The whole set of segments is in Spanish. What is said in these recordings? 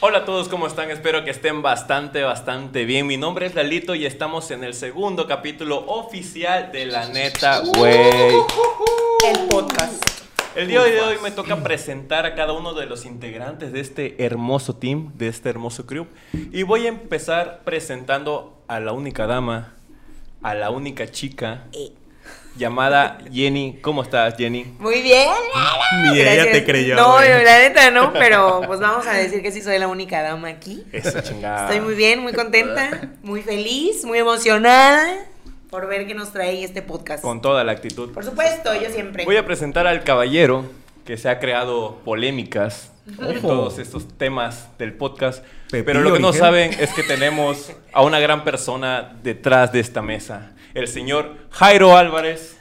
Hola a todos, ¿cómo están? Espero que estén bastante, bastante bien. Mi nombre es Lalito y estamos en el segundo capítulo oficial de La Neta, güey. El podcast. El día de hoy me toca presentar a cada uno de los integrantes de este hermoso team, de este hermoso crew. Y voy a empezar presentando a la única dama, a la única chica, Eh. llamada Jenny. ¿Cómo estás, Jenny? Muy bien. Lala. Ni Ah, ella te creyó, No, güey. la neta no, pero pues vamos a decir que sí soy la única dama aquí. Esa chingada. Estoy muy bien, muy contenta, muy feliz, muy emocionada por ver que nos trae este podcast. Con toda la actitud. Por supuesto, yo siempre. Voy a presentar al caballero que se ha creado polémicas en Ojo. todos estos temas del podcast. Pepillo pero lo que no Origel. saben es que tenemos a una gran persona detrás de esta mesa, el señor Jairo Álvarez.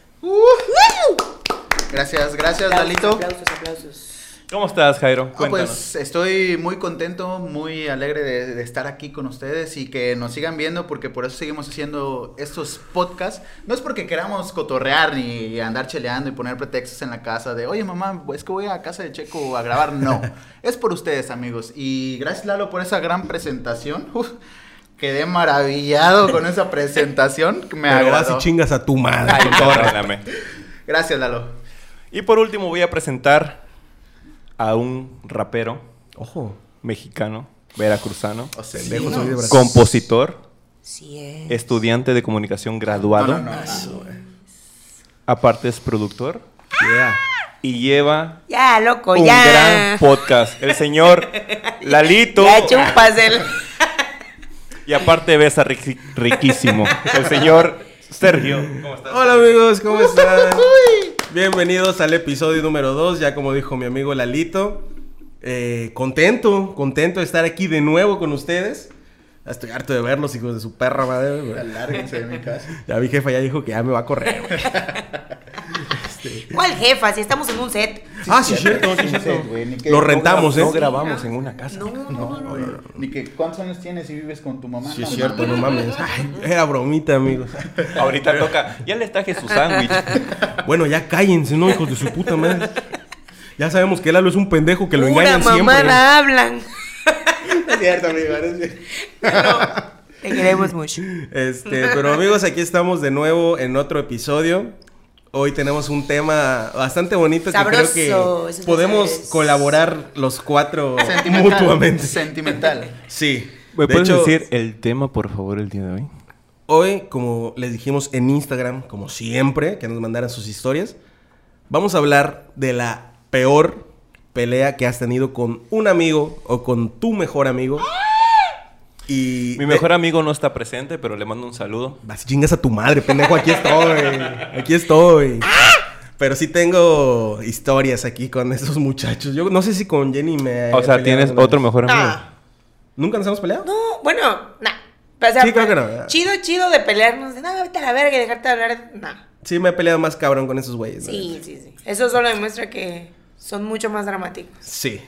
Gracias, Aplausos, gracias, Dalito. Aplausos, aplausos. ¿Cómo estás, Jairo? Ah, Cuéntanos. pues estoy muy contento, muy alegre de, de estar aquí con ustedes y que nos sigan viendo porque por eso seguimos haciendo estos podcasts. No es porque queramos cotorrear ni andar cheleando y poner pretextos en la casa de, oye mamá, es que voy a casa de Checo a grabar. No, es por ustedes amigos. Y gracias Lalo por esa gran presentación. Uf, quedé maravillado con esa presentación. Me Pero vas agradó. y chingas a tu madre. Ay, perdóname. Gracias Lalo. y por último voy a presentar a un rapero Ojo. mexicano, veracruzano, O sea, Pendejo, sí, soy de no. Brasil. compositor, Sí eh. es. estudiante de comunicación graduado, No, no, no, no. aparte es productor Yeah. y lleva Ya, loco, un Pues ya. gran podcast. El señor Lalito. ya chupas el. Y aparte besa riqui- riquísimo. El señor Sergio. ¿Cómo estás? Hola amigos, ¿cómo están? Bienvenidos al episodio número 2, ya como dijo mi amigo Lalito. Eh, contento, contento de estar aquí de nuevo con ustedes. Ya Estoy harto de verlos, hijos de su perra madre. güey. Alárguense de mi casa. Ya mi jefa ya dijo que ya me va a correr. güey. ¿Cuál jefa? Si estamos en un set. ah, sí, cierto, sí, cierto. Lo rentamos, ¿eh? grabamos en una casa. No, no, no. no. Ni que cuántos años tienes y vives con tu mamá. Sí, No es cierto, mames. no mames. Ay, era bromita, amigos. Ahorita toca. Ya les traje su sándwich. Bueno, ya cállense, ¿no? Hijos de su puta madre. Ya sabemos que Lalo es un pendejo que lo Pura engañan siempre. mamada hablan. Es cierto, amigo. eres bien. Te queremos mucho. Este, pero amigos, aquí estamos de nuevo en otro episodio. Hoy tenemos un tema bastante bonito Sabroso, que eso creo es que podemos sabroso. colaborar los cuatro Sentimental. mutuamente. Sentimental. Sí. ¿Me De puedes hecho, decir el tema, por favor, el día de hoy? Hoy, como les dijimos en Instagram, como siempre, que nos mandaran sus historias, vamos a hablar de la peor pelea que has tenido con un amigo o con tu mejor amigo. ¡Ah! Y Mi mejor amigo no está presente, pero le mando un saludo. Vas y chingas a tu madre, pendejo. Aquí estoy. Aquí estoy. Pero sí tengo historias aquí con estos muchachos. Yo no sé si con Jenny me. O sea, he peleado tienes alguna otro vez. mejor amigo. Ah. ¿Nunca nos hemos peleado? No, bueno, nah. O Sí, creo que no. Chido, chido de pelearnos. De nada, vete a la verga y dejarte hablar. Nah. Sí, me he peleado más cabrón con esos güeyes. la Sí, sí, sí. Eso solo demuestra que son mucho más dramáticos. Sí.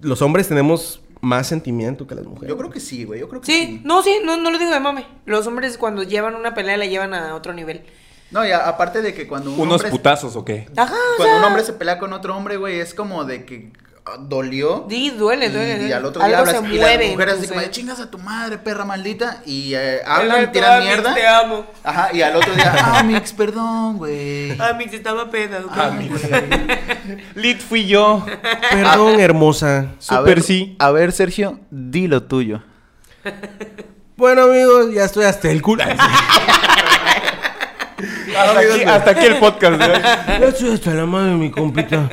Los hombres tenemos más sentimiento que las mujeres. Yo creo que sí, güey. Yo creo que Sí, sí. no, sí, no, no lo digo de mame. Los hombres cuando llevan una pelea la llevan a otro nivel. No, y a- aparte de que cuando un ¿Unos hombre, putazos o qué? Ajá, o cuando un sea, hombre se pelea con otro hombre, güey, es como de que ah, dolió. Sí, duele, duele. Y, duele. al otro Algo día hablas se y mueve las en mujeres tu así como, ser. de, chingas a tu madre, perra maldita. Y eh, Ay, hablan, tiran Amix, mierda. Te amo. Ajá, y al otro día, ah, mix, perdón, güey. Ah, Amix estaba Ah, peda. Ah, ¿ok? Lit fui yo. Perdón, hermosa. A Super ver, sí. A ver, Sergio, di lo tuyo. Bueno, amigos, ya estoy hasta el culo. Ay, sí. Hasta aquí, hasta aquí el podcast de hoy. Ya estoy hasta la madre, mi compita.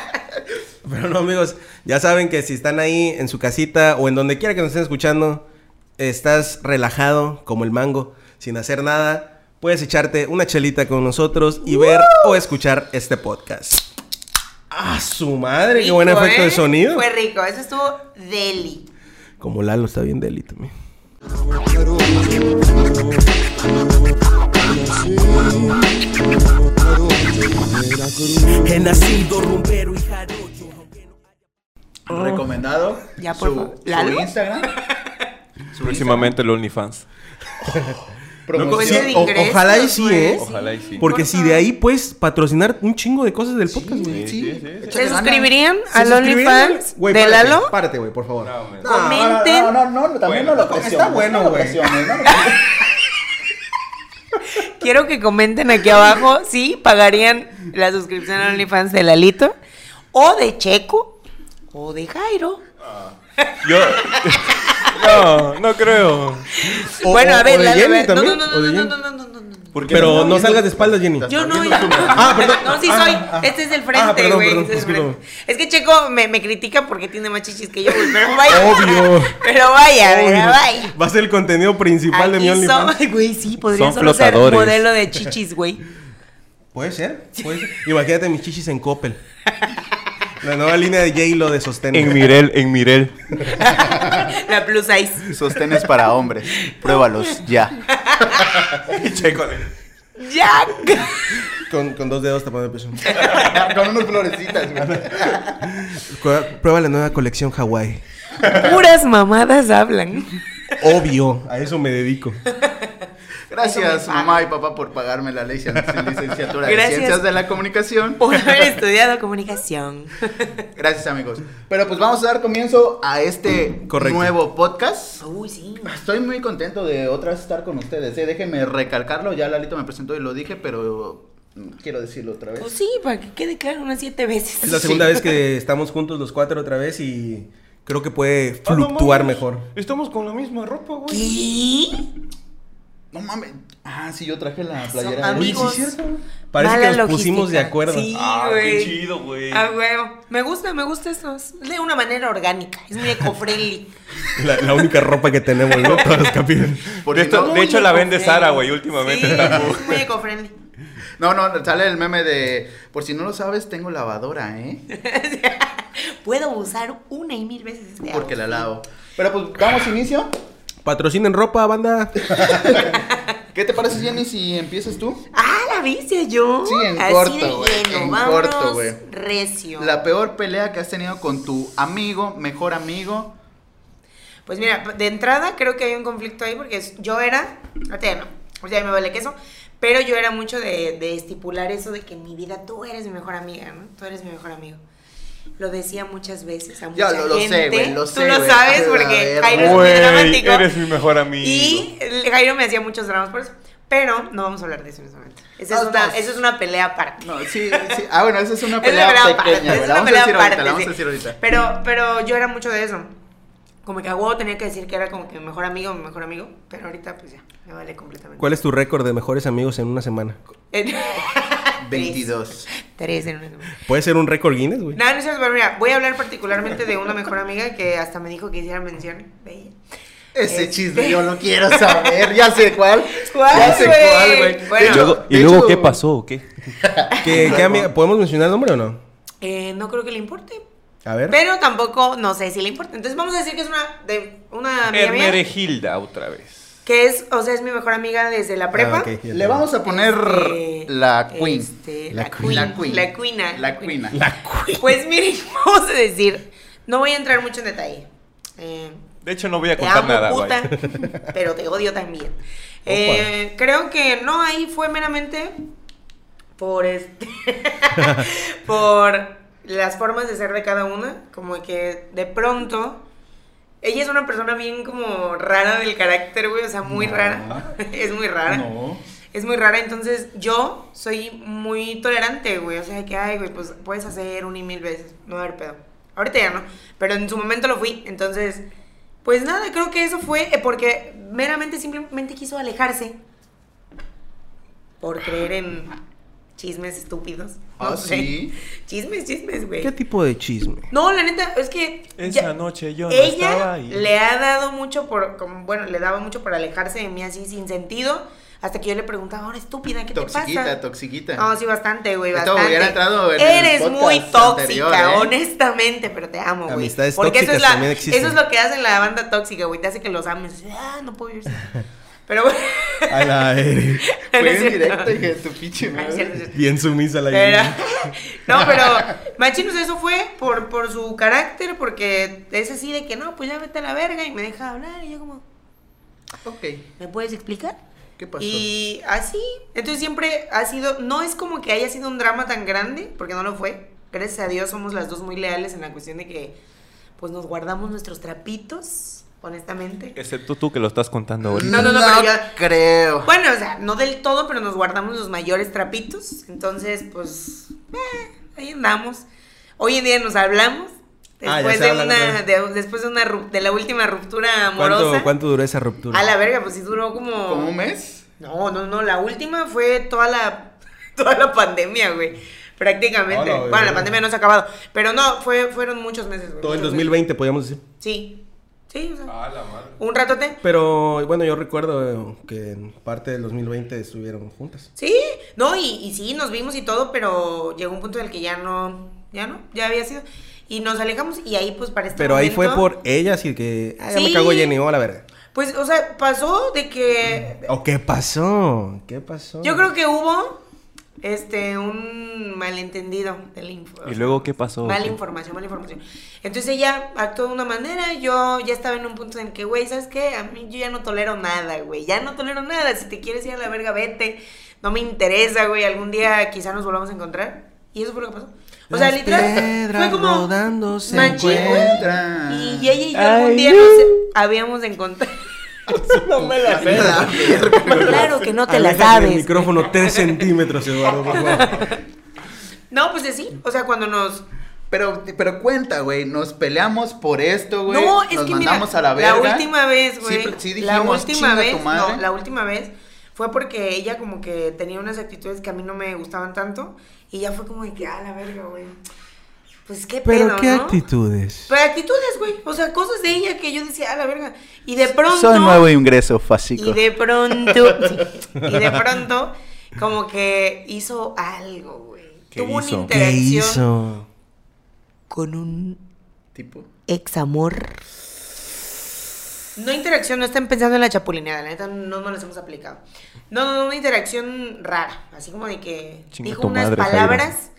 Pero no, amigos, ya saben que si están ahí en su casita o en donde quiera que nos estén escuchando, estás relajado como el mango, sin hacer nada, puedes echarte una chelita con nosotros y ver o escuchar este podcast. ¡Ah, su madre! ¡Qué buen Rico, efecto ¿eh? de sonido! Fue rico, eso estuvo deli. Como Lalo está bien deli también. Recomendado. Oh. Ya, por su, favor. su ¿Lalo? Instagram. Próximamente el OnlyFans. Fuente de o- ingresos, pues. ojalá y sí, güey, ¿eh? Ojalá y sí. Porque si importa. de ahí puedes patrocinar un chingo de cosas del podcast, güey. Sí, sí, sí, sí. ¿Se Échale ganas. suscribirían ¿Se al suscribirían? OnlyFans Güey, de párate, Lalo? Párate, güey, por favor. No, güey. No, Comenten. No, no, no, no, también Bueno, no lo está presiones. bueno, no lo güey. presiones, no lo presiones. Quiero que comenten aquí abajo si pagarían la suscripción a OnlyFans de Lalito o de Checo o de Jairo. Yo. No, no creo. O- bueno, o- a ver, o de Lalo, a Jenny ver. No, también, no, no, o no, de no, Jenny. no, no, no, no, no. Porque Pero no salgas de espaldas, Jenny. Yo no, También lo- Ah, perdón. No, sí Ah, soy. ah, este es del Ah, frente, perdón, güey. perdón, este es, del frente. discúlpame. Es que Checo me, me critica porque tiene más chichis que yo, güey. Pero vaya. Obvio. Pero vaya, Uy, ¿verdad? Vaya. Va a ser el contenido principal de mi Aquí OnlyFans. son, güey, sí, podría Son solo ser flotadores. modelo de chichis, güey. Puede ser, puede ser. Imagínate mis chichis en Coppel. La nueva línea de J-Lo de sostén. En Mirel, en Mirel. La plus size. Sostenes para hombres. Pruébalos ya. Checo. Jack. Con, con dos dedos tapando el pecho. Con unas florecitas, güey. Cu- Prueba la nueva colección Hawái. Puras mamadas hablan. Obvio, a eso me dedico. Gracias, Eso me mamá y papá, por pagarme la lic- licenciatura de Gracias. Ciencias de la Comunicación. Por haber estudiado comunicación. Gracias, amigos. Pero pues vamos a dar comienzo a este Correcto. nuevo podcast. Uy, sí. Estoy muy contento de otra vez estar con ustedes. ¿eh? Déjenme recalcarlo. Ya Lalito me presentó y lo dije, pero mm, quiero decirlo otra Pues vez. sí, para que quede claro unas siete veces. Es la Sí. segunda vez que estamos juntos los cuatro otra vez y creo que puede fluctuar mejor. Estamos con la misma ropa, güey. ¿Qué? No mames. Ah, sí, yo traje la Son playera. de- amigos. Uy, sí, es cierto. Parece Mala que nos pusimos de logística. acuerdo. Sí, Ah, güey. Ah, qué chido, güey. A huevo. Me gusta, me gusta esto. Es De una manera orgánica. Es muy eco-friendly. La, la única ropa que tenemos, ¿no? Todos los capítulos. De, Porque esto- no- de hecho, la vende eco-friendly. Sara, güey, últimamente. Sí, está muy- es muy eco-friendly. No, no, sale el meme de. Por si no lo sabes, tengo lavadora, ¿eh? Puedo usar una y mil veces este Porque la outfit. lavo. Pero pues, damos inicio. Patrocinen ropa, banda. ¿Qué te parece, Jenny, si empiezas tú? Ah, la viste yo. Sí, en Así corto, de güey, lleno. en Vámonos corto, güey. Recio. La peor pelea que has tenido con tu amigo, mejor amigo. Pues mira, de entrada creo que hay un conflicto ahí porque es- yo era, ahorita ya no, ahorita ya me vale queso, pero yo era mucho de, de estipular eso de que en mi vida tú eres mi mejor amiga, ¿no? Tú eres mi mejor amigo. Lo decía muchas veces a Ya, mucha lo- lo sé, gente. güey, lo Tú sé, lo güey. sabes A porque ver, Jairo Güey, es muy dramático. eres mi mejor amigo. Y el Jairo me hacía muchos dramas por eso. Pero no vamos a hablar de eso en este momento. Esa es, No, una, Ah, no. esa es una pelea aparte. No, sí, sí. Ah, bueno, esa es una Es pelea pelea aparte, pequeña, es güey. una La vamos a pelea decir ahorita, aparte, la vamos a sí. decir ahorita. Pero, pero yo era mucho de eso. Como que a huevo tenía que decir que era como que mi mejor amigo, mi mejor amigo. Pero ahorita, pues ya, me vale completamente. ¿Cuál es tu récord de mejores amigos en una semana? En- 22. Tres. Tres en una semana. Puede ser un récord Guinness, güey. Nada, no es cierto, pero mira, voy a hablar particularmente de una mejor amiga que hasta me dijo que hiciera mención de ella. Ese Este. chisme yo lo quiero saber. Ya sé cuál. ¿Cuál, Ya sé güey? cuál, güey. Bueno. De Y hecho- luego, de ¿y luego hecho- qué pasó o qué? ¿Qué, qué amiga? ¿Podemos mencionar el nombre o no? Eh, no creo que le importe. A ver. Pero tampoco, no sé si le importa. Entonces vamos a decir que es una, de, una amiga mía, Hermeregilda otra vez. Que es, o sea, es mi mejor amiga desde la prepa. Ah, ok, ya te Le vamos a poner Este, la Queen. este, La la, queen. queen. La Queen. La cuina. La Queen. Pues miren, vamos a decir, no voy a entrar mucho en detalle. Eh, De hecho, no voy a te contar amo, nada, güey. puta, pero te odio también. Eh, creo que no, ahí fue meramente por este, por las formas de ser de cada una, como que de pronto... Ella es una persona bien como rara del carácter, güey, o sea, muy No. rara. es muy rara. No. Es muy rara, entonces yo soy muy tolerante, güey. O sea, que, ay, güey, pues puedes hacer un y mil veces. No va a haber pedo. Ahorita ya no, pero en su momento lo fui. Entonces, pues nada, creo que eso fue eh, porque meramente simplemente quiso alejarse por creer en chismes estúpidos. No Ah, sé. sí. Chismes, chismes, güey. ¿Qué tipo de chisme? No, la neta, es que. Esa ya- noche yo no estaba Ella ahí. le ha dado mucho por. como, bueno, le daba mucho por alejarse de mí así sin sentido. Hasta que yo le preguntaba, ahora estúpida, ¿qué te Toxiquita, pasa? toxiquita. No, sí, bastante, güey, Esto bastante. hubiera entrado en el Eres podcast muy tóxica, anterior, ¿eh? honestamente, pero te amo, güey. Amistades Porque eso es tóxicas la- también existen. Eso es lo que hace la banda tóxica, güey. Te hace que los ames. Ah, no puedo vivir sin- Pero bueno. A la eh, aire. Fue no es bien cierto. directo, dije, tu pinche Ah, es cierto, es madre. cierto. Bien sumisa la Pero- idea. no, pero Machinos, eso fue por, por su carácter, porque es así de que no, pues ya vete a la verga y me deja hablar. Y yo, como, Ok. ¿me puedes explicar? ¿Qué pasó? Y así, entonces siempre ha sido, no es como que haya sido un drama tan grande, porque no lo fue. Gracias a Dios somos las dos muy leales en la cuestión de que pues nos guardamos nuestros trapitos, honestamente. Excepto tú que lo estás contando ahorita. No, no, no, pero yo- creo. Bueno, o sea, no del todo, pero nos guardamos los mayores trapitos. Entonces, pues, eh, ahí andamos. Hoy en día nos hablamos. Ah, ya Después, se de, hablan una, otra de- después de, una ru- de la última ruptura ¿Cuánto, amorosa. cuánto duró esa ruptura? A la verga, pues sí duró como... ¿Como un mes? No, no, no, la última fue toda la, toda la pandemia, güey. Prácticamente. Hola, güey. bueno, la pandemia no se ha acabado. Pero no, fue, fueron muchos meses. güey, Todo el muchos 2020, podríamos decir. meses. Sí. Sí, o sea, Ah, la madre. un ratote. Pero bueno, yo recuerdo eh, que en parte del 2020 estuvieron juntas. Sí, no, y, y sí, nos vimos y todo, pero llegó un punto en el que ya no, ya no, ya había sido. Y nos alejamos y ahí pues para este Pero ahí fue momento, por ellas y que. Ah, ya me Sí. cago Jenny, hola, verga. Pues, o sea, pasó de que... ¿O qué pasó? ¿Qué pasó? Yo creo que hubo, este, un malentendido del info. ¿Y luego qué pasó? Mala información, mala información. Entonces ella actuó de una manera, yo ya estaba en un punto en que, güey, ¿sabes qué? A mí yo ya no tolero nada, güey, ya no tolero nada. Si te quieres ir a la verga, vete. No me interesa, güey, algún día quizá nos volvamos a encontrar. Y eso fue lo que pasó. O sea, Las literal, piedras fue como rodando se machín, güey. encuentran. Y ella y yo algún Ay, día no. nos habíamos de encontrar. No me la sé. claro que no te la Aléjate del sabes. micrófono 3 centímetros, Eduardo, por favor. No, pues sí, o sea, cuando nos Pero, pero cuenta, güey, nos peleamos por esto, güey. No, es nos que mira, mandamos a la verga. última vez, güey. Sí, pero sí la dijimos, última "Chinga tu vez, madre". no, la última vez fue porque ella como que tenía unas actitudes que a mí no me gustaban tanto y ya fue como de que, ah, la verga, güey. Pues qué pedo, ¿no? actitudes. Pero actitudes, güey, o sea, cosas de ella que yo decía, ah, la verga. Y de pronto ingreso, y fásico. de pronto sí, y de pronto como que hizo algo, güey. ¿Qué Tuvo hizo? una ¿Qué ¿Qué interacción hizo? con un Tipo. ex amor. No interacción, no estén pensando en la chapulineada, la neta no nos las hemos aplicado. No, no, no, una interacción rara, así como de que Chinga dijo tu unas madre, Jairo. palabras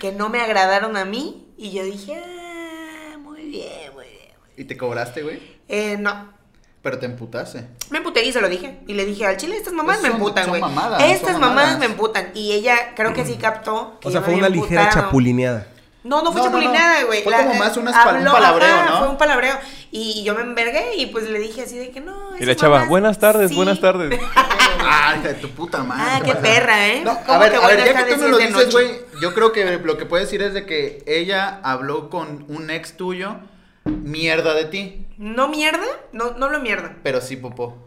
que no me agradaron a mí y yo dije, ah, muy bien, muy bien. ¿Y te cobraste, güey? Eh, no, Pero te emputaste. me emputé y se lo dije. Y le dije, al chile, estas mamás Pues me son- emputan, son güey. mamadas, Estas son mamadas. mamadas. me emputan. Y ella creo que sí captó. que O sea, yo fue me una había ligera emputado. chapulineada. No, no fue No, no, no. chapulineada, güey. Fue La- eh, como más unas pal- un palabreo, ¿no? Fue un palabreo. Y yo me envergué y pues le dije así de que no. Y esas la chava, mamás, buenas tardes, sí". buenas tardes. ¡Ay, hija de tu puta Ah, madre! qué perra, ¿eh? No, ¿Cómo a ver, te a voy ver, ya dejar que tú de me lo decir de dices, noche? güey, yo creo que lo que puedo decir es de que ella habló con un ex tuyo, mierda de ti, No mierda, no, no lo mierda. pero sí popó.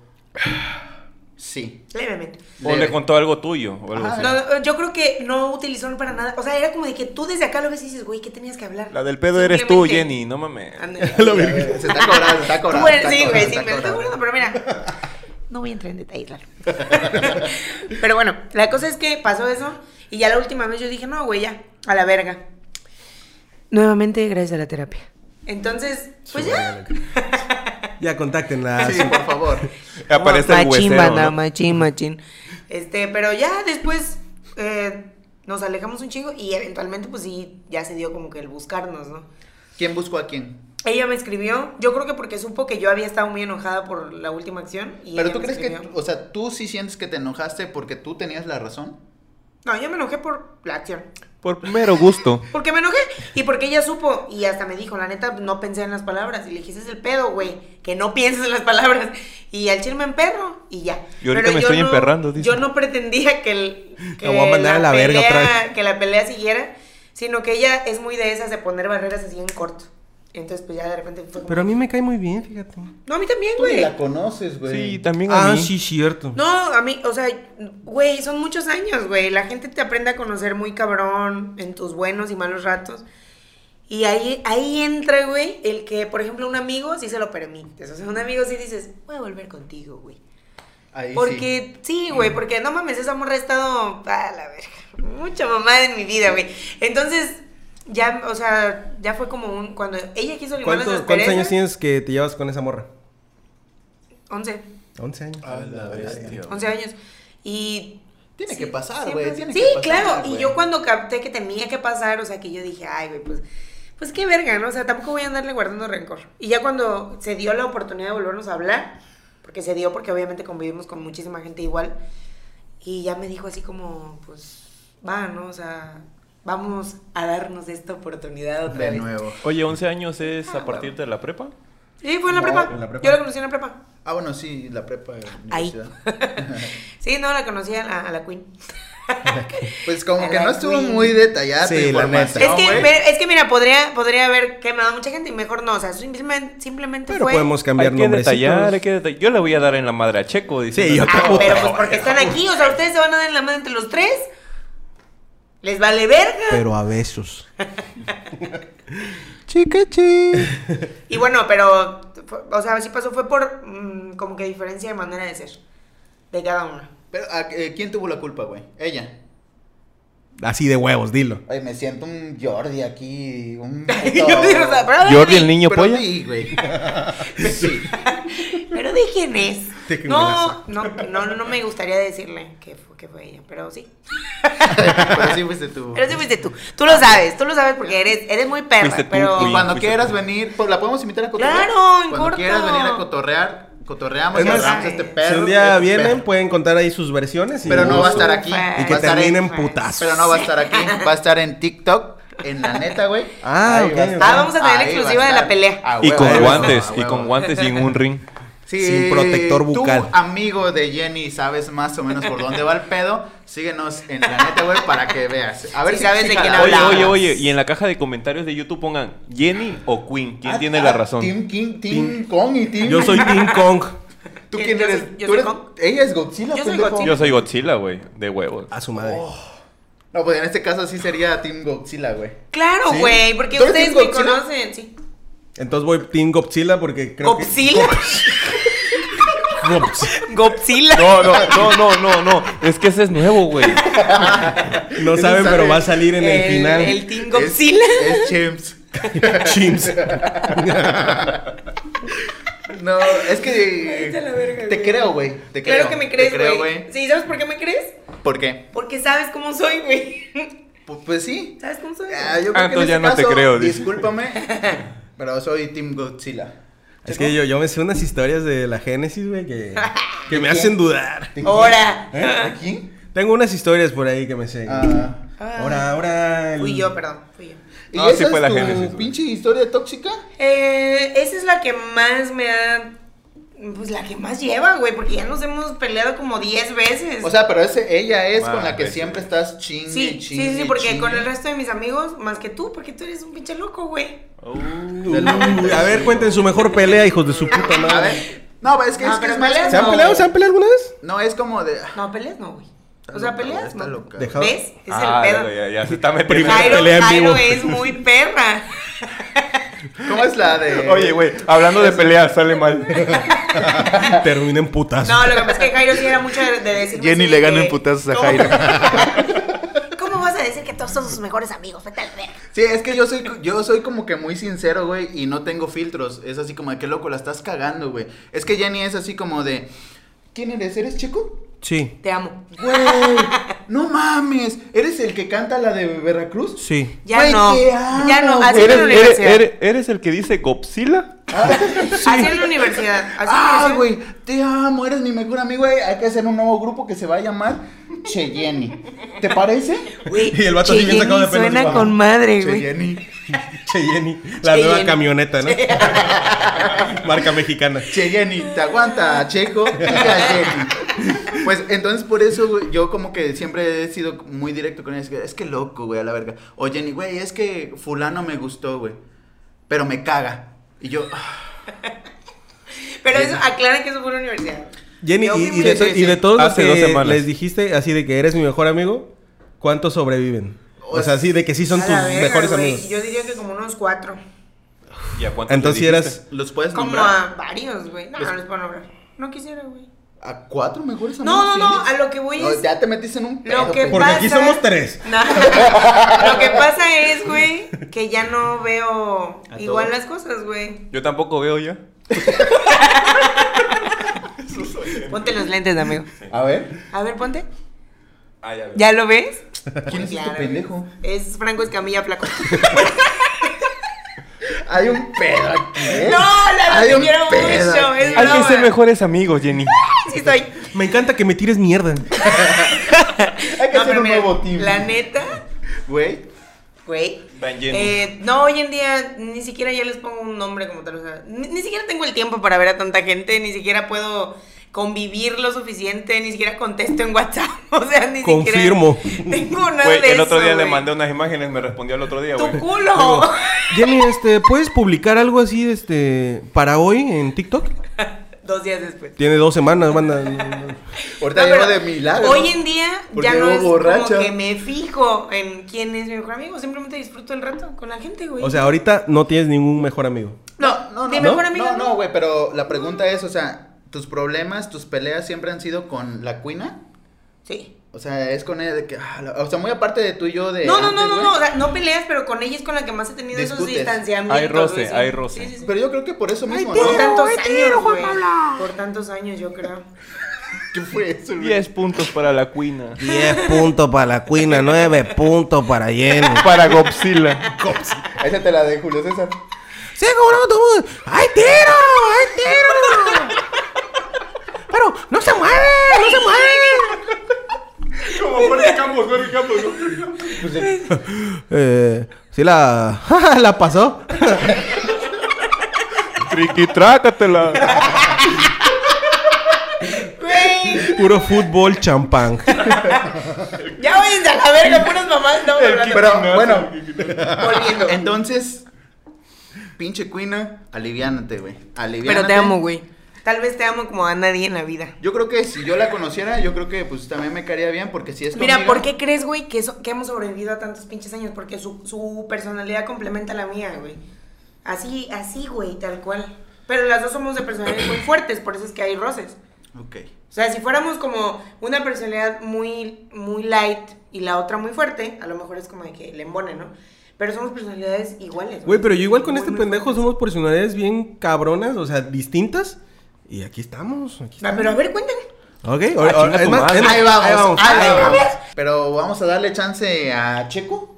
Sí. Levemente. O le Leve. contó algo tuyo o algo Ajá. así. No, yo creo que no utilizaron para nada. O sea, era como de que tú desde acá lo ves y dices, güey, ¿qué tenías que hablar? La del pedo eres tú, Simplemente. Jenny, no mames. Ándale. Se está cobrando, se está cobrando. Tú eres- está Pues, sí, cobrando, güey, sí, está pero está cobrando. bueno, pero mira. No voy a entrar en detalles, claro. pero bueno, la cosa es que pasó eso y ya la última vez yo dije, no, güey, ya, a la verga. Nuevamente, gracias a la terapia. Entonces, pues ya. Ya contáctenla. Ah, Sí, por favor. Aparece el machín, huesero, banda, ¿no? machín, machín. Este, pero ya después eh, nos alejamos un chingo y eventualmente, pues sí, ya se dio como que el buscarnos, ¿no? ¿Quién buscó a quién? Ella me escribió, yo creo que porque supo que yo había estado muy enojada por la última acción. Y Pero ella tú me crees que, escribió. o sea, tú sí sientes que te enojaste porque tú tenías la razón. No, yo me enojé por la acción. Por mero gusto. Porque me enojé y porque ella supo y hasta me dijo, la neta, no pensé en las palabras. Y le dije, ese es el pedo, güey, que no pienses en las palabras. Y al chile me emperro y ya. Y ahorita me yo estoy no- emperrando, dice. Yo no pretendía que, el, que, La voy a mandar a la verga pelea, otra vez. que la pelea siguiera, sino que ella es muy de esas de poner barreras así en corto. Entonces, pues ya de repente... fue como- Pero a mí me cae muy bien, fíjate. Ah, No, a mí también, Tú ni güey. la conoces, güey. Sí, también a mí. cierto. No, a mí, o sea, güey, son muchos años, güey. La gente te aprende a conocer muy cabrón en tus buenos y malos ratos. Y ahí, ahí entra, güey, el que, por ejemplo, un amigo sí se lo permites. O sea, un amigo sí dices, voy a volver contigo, güey. Ahí sí. Porque, sí, güey, porque no mames, esa morra ha estado, a la verga, mucha mamada en mi vida, güey. Entonces, ya, o sea, ya fue como un, cuando ella quiso limar las ¿eh? ¿Cuántos, cuántos años asperezas, tienes que te llevas con esa morra? 11, 11 años. A la bestia. 11 años. Y Tiene Sí, que pasar, siempre güey. sí. tiene Sí, que pasar, claro. Y güey. yo cuando capté que tenía que pasar, o sea, que yo dije, ay, güey, pues, pues qué verga, ¿no? O sea, tampoco voy a andarle guardando rencor. Y ya cuando se dio la oportunidad de volvernos a hablar, porque se dio, porque obviamente convivimos con muchísima gente igual. Y ya me dijo así como, pues, va, ¿no? O sea, vamos a darnos esta oportunidad otra De vez. nuevo. Oye, 11 años es Ah, a partir de la prepa. Sí, fue en la, No, prepa. en la prepa. Yo la conocí en la prepa. Ah, bueno, sí, la prepa. eh, Ahí. universidad. Sí, no, la conocí a la, a la Queen. Pues como A que la no estuvo Queen. muy detallada tu Sí, la neta. información, es, que, güey. pero- es que mira, podría, podría haber quemado a mucha gente y mejor no. O sea, simplemente, simplemente Este Pero fue. podemos cambiar hay que nombrecitos. detallar, hay que detallar. Yo le voy a dar en la madre a Checo. diciéndole- yo Ah, Puta, pero pues porque están aquí, o sea, ustedes se van a dar en la mano entre los tres. Les vale verga. Pero a besos. chica, chi. Y bueno, pero, fue- o sea, sí pasó, fue por mm, como que diferencia de manera de ser de cada uno. Pero, ¿a- eh, ¿quién tuvo la culpa, güey? Ella. Así de huevos, dilo. Ay, me siento un Jordi aquí, un... Yo digo, o sea, pero, de Jordi el mí, niño Pero polla. sí, güey. Sí. pero de quién es. Te No, no, no, no me gustaría decirle que fue, que fue ella, pero sí. Pero sí fuiste tú. Pero sí fuiste tú. Tú lo sabes, tú lo sabes porque eres, eres muy perra, Fuiste tú, pero... Queen. Cuando Fuiste quieras tú. venir, pues, la podemos invitar a cotorrear. Claro, en Cuando corto. quieras venir a cotorrear, cotorreamos Es y más, agarramos si este un perro. si un día este vienen, perro. pueden contar ahí sus versiones. y Pero no va a gusto. estar aquí. Y que va a estar terminen en- putazos. Pero no va a estar aquí, va a estar en TikTok, en la neta, güey. Ah, Ahí ok, va a ok. estar. Ah, vamos a tener la Ahí va exclusiva de la estar. pelea. A Y huevo, a con Ah, huevo, guantes, a y huevo. con guantes y en un ring. Sí, Sin protector bucal. Tú, amigo de Jenny, sabes más o menos por dónde va el pedo. Síguenos en la neta, güey, para que veas. A ver Sí si sabes de quién jala. Oye, hablabas. oye, oye. Y en la caja de comentarios de YouTube pongan Jenny o Queen. ¿Quién Ah, tiene ah, la razón? Team King, Team Kong y Team. Yo soy King Kong. ¿Tú Yo- quién yo eres? soy- yo soy ¿Tú eres? Kong. Ella es Godzilla, Yo soy pendejo. Godzilla. Yo soy Godzilla, güey. De huevos. A su madre. No, pues en este caso sí sería Team Godzilla, güey. Claro, Sí. güey, porque ¿Tú eres ustedes Team me Godzilla? conocen, sí. Entonces voy Team Godzilla porque creo que... ¿Gopsila? Gops- ¿Gopsila? pues, No, no, no, no, no, no. Es que ese es nuevo, güey. No Ese saben, sabe. pero va a salir en el, El- final. el Team Godzilla. Es, es Chimps. Chimps. No, es que. Vete a la verga, te güey. creo, güey. Te creo. Claro que me crees, Te creo, güey. güey. Sí, ¿sabes por qué me crees? ¿Por qué? Porque sabes cómo soy, güey. Pu- Pues sí. ¿Sabes cómo soy? Ah, yo creo Ah, que en entonces ya este no te caso, creo, dice. Discúlpame, pero soy Team Godzilla. Es que yo, yo me sé unas historias de la Génesis, güey, que, que me ¿De quién? hacen dudar. Ahora. ¿Eh? ¿De quién? Tengo unas historias por ahí que me sé. Ah. Ahora, ahora. el- Fui yo, perdón, fui yo. ¿Y Ah, sí esa fue es la tu Génesis, güey. pinche historia tóxica? Eh, esa es la que más me ha... Pues la que más lleva, güey, porque ya nos hemos peleado como 10 veces. O sea, pero ese, ella es con la que Madre. siempre estás chingue, sí, sí, chingue, sí, sí, porque chingue. con el resto de mis amigos, más que tú, porque tú eres un pinche loco, güey. Uy, a ver, cuenten su mejor pelea, hijos de su puta A madre. ver, no, es que No, es, que pero Ah, es más peleas ¿Se han como- peleado? ¿Se han peleado alguna vez? No, es como de... No, peleas no, güey. Está O sea, loca, peleas está no. loca. Deja- ¿Ves? Es Ah, el pedo. ya, ya se está metiendo. Primera Jairo, pelea en Jairo vivo. es muy perra. ¿Cómo es la de...? Oye, güey, hablando de peleas, sale mal. Terminen putas. No, lo que pasa es que Jairo sí era mucho de, de decir. Jenny le gana en putazos a ¿Cómo vas a decir que todos son sus mejores amigos? Vete al ver. Sí, es que yo soy, yo soy como que muy sincero, güey, y no tengo filtros. Es así como de, qué loco, la estás cagando, güey. Es que Jenny es así como de, ¿quién eres? ¿Eres chico? Sí, Te amo. Güey, no mames, ¿eres el que canta la de Veracruz? sí. Ya Güey, no. te amo, Ya no. Así ¿Eres, en la eres, universidad. eres- eres el que dice Godzilla? Así en la universidad. Así en la Ah, universidad. güey, te amo, eres mi mejor amigo, güey. Hay que hacer un nuevo grupo que se va a llamar Cheyenne. ¿Te parece? Güey, Y el vato sí bien Cheyenne sacado de pelos, Suena güey. con madre, güey. Cheyenne. Cheyenne, la Cheyenne. nueva camioneta, ¿no? Marca mexicana. Cheyenne, te aguanta, Checo. Diga, Jenny. Pues entonces por eso güey, yo como que siempre he sido muy directo con ella. Es que, es que loco, güey, a la verga. O Jenny, güey, es que fulano me gustó, güey. Pero me caga. Y yo, ah, Pero eso, aclara que eso fue en la universidad. Jenny, Yo y, fui y muy- de, to- y de todos los Hace dos que semanas. les dijiste, así de que eres mi mejor amigo, ¿cuántos sobreviven? O sea, sí, de que sí son A tus la verga, mejores güey. amigos. Yo diría que como unos cuatro. ¿Y a cuántos Entonces, si le eras. ¿los puedes Como nombrar? a varios, güey. No, Los- no les puedo nombrar. No quisiera, güey. A... cuatro mejores amigos? No, no, no. tienes? A lo que voy No, es. Ya te metiste en un pedo. Lo que pendejo. Porque pasa... aquí somos tres. No. Lo que pasa es, güey, que ya no veo A igual todos. las cosas, güey. Yo tampoco veo ya. Ponte los lentes, amigo. A ver, A ver, ponte. Ah, ya veo. ¿Ya lo ves? ¿quién es este Claro, pendejo? Es Franco Escamilla flaco. Hay un pedo aquí. No, la Hay verdad un quiero pedo ¿eh? mucho, aquí. es Alguien broma. ser mejores amigos, Jenny. Sí, soy. Me encanta que me tires mierda. Hay que No, hacer pero un mira, nuevo team. La neta, Güey. güey. Van Jenny. Eh, no, hoy en día ni siquiera ya les pongo un nombre como tal. o sea, ni, ni siquiera tengo el tiempo para ver a tanta gente, ni siquiera puedo convivir lo suficiente, ni siquiera contesto en WhatsApp. O sea, ni Confirmo. siquiera tengo nada Güey, de el otro eso, día le güey. mandé unas imágenes, me respondió el otro día, güey. ¡Tu culo! Jenny, este, ¿puedes publicar algo así este, para hoy en TikTok? Dos días después. Tiene dos semanas, banda. Ahorita No, llevo pero de milagro. Hoy en día Porque ya no llevo es borracha. como que me fijo en quién es mi mejor amigo, simplemente disfruto el rato con la gente, güey. O sea, ahorita no tienes ningún mejor amigo. no, No, no, mi no. mejor amigo No, no, güey, pero la pregunta es, o sea, ¿tus problemas, tus peleas siempre han sido con la cuina? Sí. O sea, es con ella de que... ah, la- o sea, muy aparte de tú y yo de... No, no, no, eh, antes, no, güey. no, o sea, no peleas, pero con ella es con la que más he tenido esos Discutes. distanciamientos. Hay roce, güey, sí. hay roce. Sí, sí, sí. Pero yo creo que por eso mismo, Por ¿no? tantos años, güey. Por tantos años, yo creo. ¿Qué fue eso, güey? 10 puntos para la cuina. 10 puntos para la cuina, 9 puntos para Jenny. Para Godzilla. Esa te la de Julio César. ¡Sí, cobró todo! ¡Ay, tiro! ¡Ay, tiro! ¡Pero no se mueve! ¡No se mueve! Como Jorge Campos, Jorge Campos. Pues eh, Eh, sí la... la pasó. Triqui, trácatela. Güey, Puro fútbol champán. ya váyanse a la verga, puras mamás. Estamos hablando. pero bueno, Volviendo. entonces, pinche cuina, aliviánate, güey. Aliviánate. Pero te amo, güey. Tal vez te amo como a nadie en la vida. Yo creo que si yo la conociera, yo creo que pues también me caería bien porque si es tu Mira, amiga- ¿por qué crees, güey, que, eso- que hemos sobrevivido a tantos pinches años? Porque su, su personalidad complementa la mía, güey. Así, así, güey, tal cual. Pero las dos somos de personalidades muy fuertes, por eso es que hay roces. Ok. O sea, si fuéramos como una personalidad muy, muy light y la otra muy fuerte, a lo mejor es como de que le embone, ¿no? Pero somos personalidades iguales. Güey, pero yo igual con Muy, este muy pendejo fuertes. somos personalidades bien cabronas, o sea, distintas. Y aquí estamos. Aquí Ah, estamos. pero a ver, cuéntame. Ok, ahora- Ah, ahora- chinga es tu más, madre. es más, Ahí vamos, ahí vamos. ahí vamos. Pero vamos a darle chance a Checo.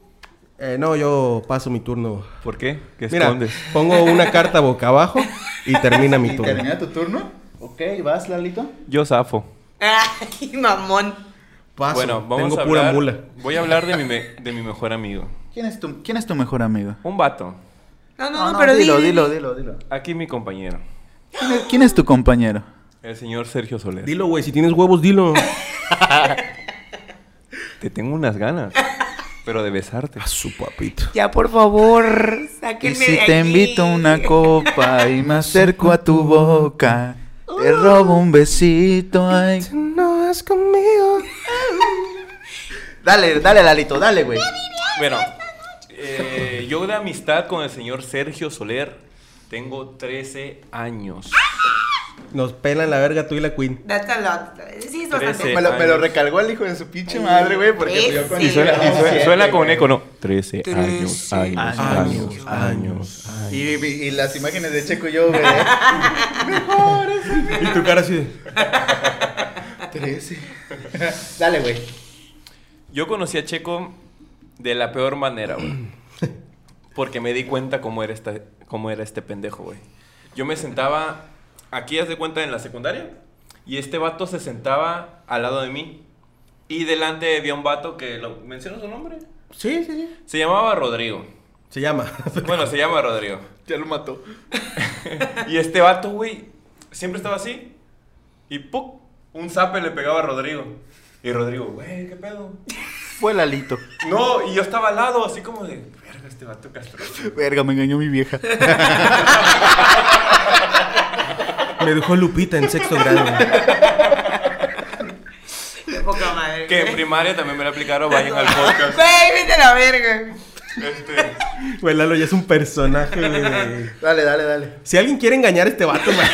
Eh, no, yo paso mi turno. ¿Por qué? ¿Qué Mira, escondes? pongo una carta boca abajo y termina mi Y turno. termina tu turno. Ok, vas, Lalito. Yo zafo. Ay, mamón. Paso. bueno, vamos Tengo a pura hablar- mula. Voy a hablar de mi, me- de mi mejor amigo. ¿Quién es tu, quién es tu mejor amigo? Un vato. No, no, no, pero dilo, di- dilo, dilo, dilo. Aquí mi compañero. ¿Quién es, quién es tu compañero? El señor Sergio Soler. Dilo, güey, si tienes huevos, dilo. Te tengo unas ganas. Pero de besarte. A su papito. Ya, por favor, sáquenme Y si de te aquí. invito a una copa y me acerco a tu boca, te robo un besito. ay. No es conmigo. Dale, dale, Lalito, dale, güey. Bueno, eh, yo de amistad con el señor Sergio Soler tengo 13 años. Nos pelan la verga tú y la Queen. That's a lot. Sí, es bastante. Trece. Me lo, me lo recalcó el hijo de su pinche madre, güey, porque pues yo con Y suena, y suena- suena con eco, ¿no? 13 Trece años, años, años, años, años. Y, y- y las imágenes de Checo y yo, güey. Y tu cara así de... Trece. Dale, güey. Yo conocí a Checo de la peor manera, güey. Porque me di cuenta cómo era, esta, cómo era este pendejo, güey. Yo me sentaba aquí, haz de cuenta, en la secundaria. Y este vato se sentaba al lado de mí. Y delante había un vato que... Lo, ¿Menciono su nombre? Sí, sí, sí. Se llamaba Rodrigo. Se llama. Bueno, se llama Rodrigo. Ya lo mató. Y este vato, güey, siempre estaba así. Y ¡puc! Un zape le pegaba a Rodrigo. Y Rodrigo, güey, ¿qué pedo? Fue Lalito. No, y yo estaba al lado, así como de... Verga, este vato castroso. Verga, me engañó mi vieja. Me dejó Lupita en sexto grado. Qué poca madre. Que en primaria también me lo aplicaron, vayan al podcast. Güey, vete a la verga. Este, Güey, Lalo ya es un personaje, güey. Dale, dale, dale. Si alguien quiere engañar a este vato, güey.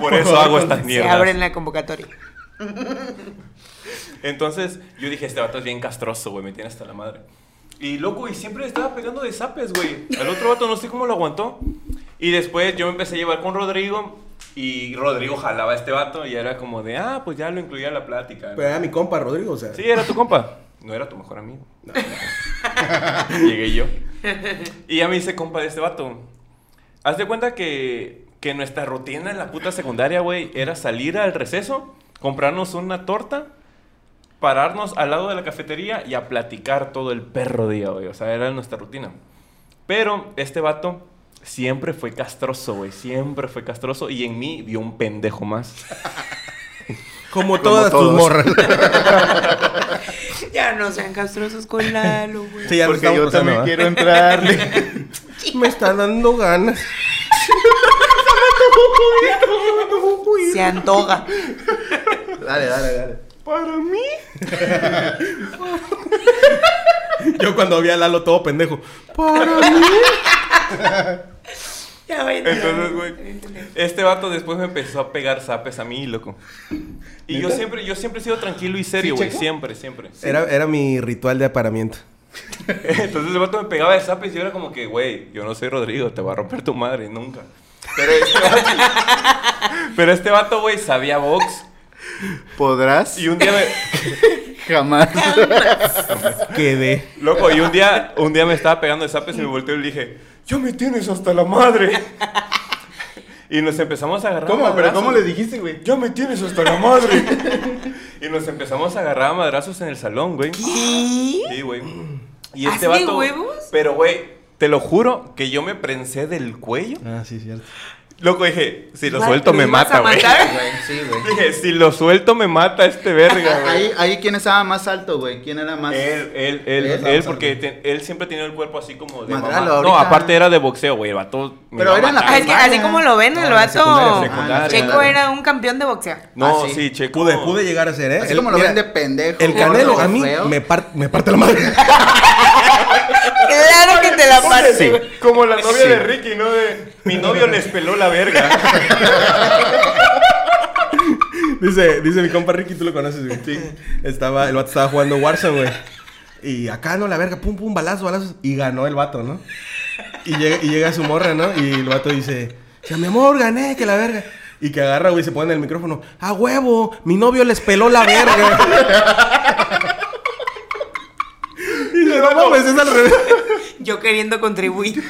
por eso hago estas Se mierdas. abren la convocatoria. Entonces, yo dije, este vato es bien castroso, güey, me tiene hasta la madre. Y loco, y siempre le estaba pegando de zapes, güey. Al otro vato no sé cómo lo aguantó. Y después yo me empecé a llevar con Rodrigo. Y Rodrigo jalaba a este vato y era como de, ah, pues ya lo incluía en la plática. ¿no? Pero era mi compa, Rodrigo, o sea. Sí, era tu compa. No era tu mejor amigo. Llegué yo. Y ya me hice compa de este vato. Haz de cuenta que que nuestra rutina en la puta secundaria, güey, era salir al receso, comprarnos una torta, pararnos al lado de la cafetería y a platicar todo el perro día, güey. O sea, era nuestra rutina. Pero este vato siempre fue castroso, güey. Siempre fue castroso y en mí vio un pendejo más. Como todas tus todos. morras. Ya no sean castrosos con Lalo, güey. Sí, ya nos Porque estamos yo rozando, también ¿va? quiero entrarle. Me está dando ganas. Se antoja. dale, dale, dale. Para mí. Yo cuando vi a Lalo todo pendejo. Para mí. Ya, güey. Entonces, güey, este vato después me empezó a pegar zapes a mí, loco. Y yo siempre, yo siempre he sido tranquilo y serio, güey. siempre, siempre. Era, era mi ritual de aparamiento. Entonces el vato me pegaba de zapes y yo era como que, güey, yo no soy Rodrigo, te va a romper tu madre, nunca. Pero este vato- Pero este vato, güey, sabía box. podrás Y un día me... jamás. Quedé. Loco, y un día, un día me estaba pegando de zapes y me volteé y le dije, ya me tienes hasta la madre. Y nos empezamos a agarrar. a madrazos. dijiste, güey? Ya me tienes hasta la madre. y nos empezamos a agarrar a madrazos en el salón, güey. ¿Qué? Sí, güey. Y ¿Así este de vato. huevos? Pero, güey, te lo juro que yo me prensé del cuello. Ah, sí, cierto. Loco, dije, si lo Igual, suelto ¿lo me ibas mata, a güey. matar? Sí, güey. Dije, si lo suelto me mata este verga, güey. Ahí, ahí, ¿quién estaba más alto, güey? ¿Quién era más? Él, él, él, Él, él, vamos a porque te- él siempre tenía el cuerpo así como de Madralo, mamá. No, ahorita- aparte era de boxeo, güey, el vato. me iba Pero a era en la matar. Ah, es que así como lo ven, el vato. secundaria, secundaria. Checo era un campeón de boxeo. No, Ah, sí. sí, checo. Pude, pude llegar a ser, ¿eh? Así Él- como lo mira, ven de pendejo. El canelo gordo, a mí feo. me, par- me parte la madre. Claro que te la parte. Sí. güey. Como la novia Sí. de Ricky, ¿no? De, mi novio les peló la verga. Dice, dice mi compa Ricky, tú lo conoces, güey. Estaba, el vato estaba jugando Warzone, güey. Y acá, no, la verga, pum, pum, balazo, balazo. Y ganó el vato, ¿no? Y llega, y llega su morra, ¿no? Y el vato dice, ya, mi amor, gané, que la verga. Y que agarra, güey, se pone en el micrófono. ¡A huevo! Mi novio les peló la verga. Y dice, no mames, es al revés. Yo queriendo contribuir.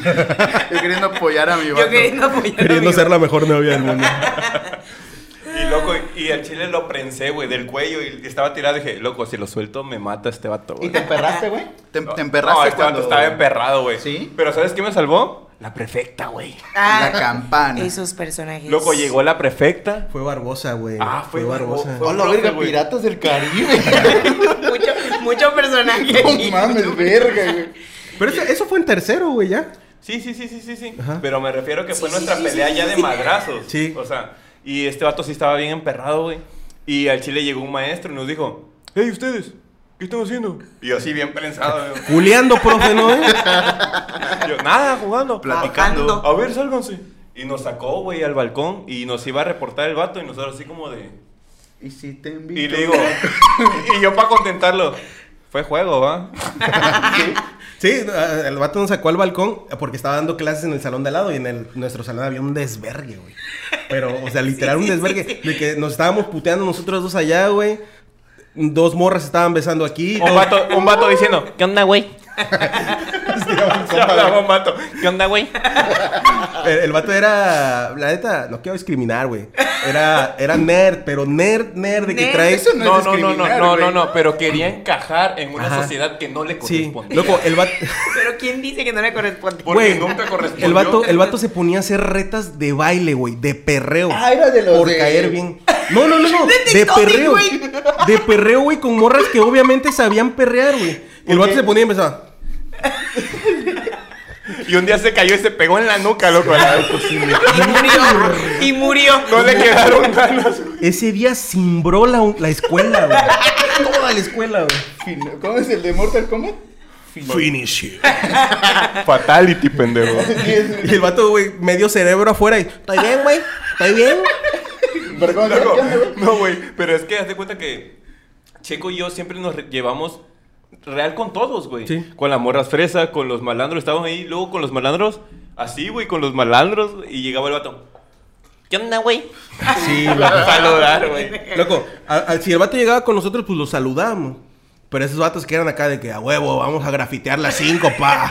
Yo queriendo apoyar a mi vato. Yo queriendo apoyar. a Queriendo mi ser la mejor novia del mundo. Y loco, y al chile lo prensé, güey, del cuello y estaba tirado. Dije, loco, si lo suelto me mata este vato, güey. emperraste, güey? Te, No, te emperraste No, este cuando... vato estaba emperrado, güey. ¿Sí? Pero ¿sabes qué me salvó? La prefecta, güey. Ah, La campana. Esos personajes. Loco, llegó la prefecta. Fue Barbosa, güey. Ah, fue Barbosa. Hola, Profe, verga, güey. piratas del Caribe. Mucho, mucho personaje. No mames, verga, güey. Pero eso, eso fue en tercero, güey, ya. Sí, sí, sí, sí, sí, sí. Ajá. Pero me refiero que fue Sí, nuestra sí, sí, pelea sí, ya sí, de sí. madrazos. Sí. O sea, y este vato sí estaba bien emperrado, güey. Y al chile llegó un maestro y nos dijo, hey, ustedes, ¿qué están haciendo? Y yo así bien prensado, güey. Culeando, profe, ¿no? eh? Yo, nada, jugando. Platicando. A ver, sálganse. Y nos sacó, güey, al balcón y nos iba a reportar el vato y nosotros así como de... Y si te invito... Y le digo... y yo para contentarlo. Fue juego, ¿va? Sí, eh, el vato nos sacó al balcón porque estaba dando clases en el salón de al lado y en el, nuestro salón había un desvergue, güey. Pero, o sea, literal un desvergue. De que nos estábamos puteando nosotros dos allá, güey. Dos morras estaban besando aquí. Un todo- vato, un vato diciendo... ¿Qué onda, güey? Ya hablaba un vato. ¿Qué onda, güey? El, el vato era, la neta, no quiero discriminar, güey. Era, era nerd, pero nerd, nerd de que Nerd. trae... Eso no, No, no, es no, no, discriminar, no, no, güey. no, pero quería encajar en una Ajá. sociedad que no le Sí, corresponde. loco, el vato... Pero ¿quién dice que no le corresponde? Porque Güey, nunca correspondió. El vato, el vato se ponía a hacer retas de baile, güey, de perreo. Ah, era de los Por de- caer bien. No, no, no, no. De De, TikTok, perreo. güey. De perreo, güey, con morras que obviamente sabían perrear, güey. Y el vato se ponía y empezaba. Y un día se cayó y se pegó en la nuca, loco. Y murió. Y murió. No le quedaron ganas. Ese día cimbró la, la escuela, güey. Toda la escuela, güey. Fin- ¿Cómo es el de Mortal Kombat? Finish it. Fatality, pendejo. Y el vato, güey, medio cerebro afuera y. ¿Estoy bien, güey? ¿Estoy bien? Pero ¿cómo se- Loco, ¿qué onda, güey? no, güey. Pero es que haz de cuenta que Checo y yo siempre nos re- llevamos real con todos, güey. Sí. Con las morras fresas, con los malandros. Estábamos ahí, luego con los malandros. Así, güey, con los malandros. Y llegaba el vato. ¿Qué onda, güey? Sí, A saludar, güey. Loco, a- a- si el vato llegaba con nosotros, pues lo saludábamos. Pero esos vatos que eran acá de que a huevo, vamos a grafitear las cinco, pa.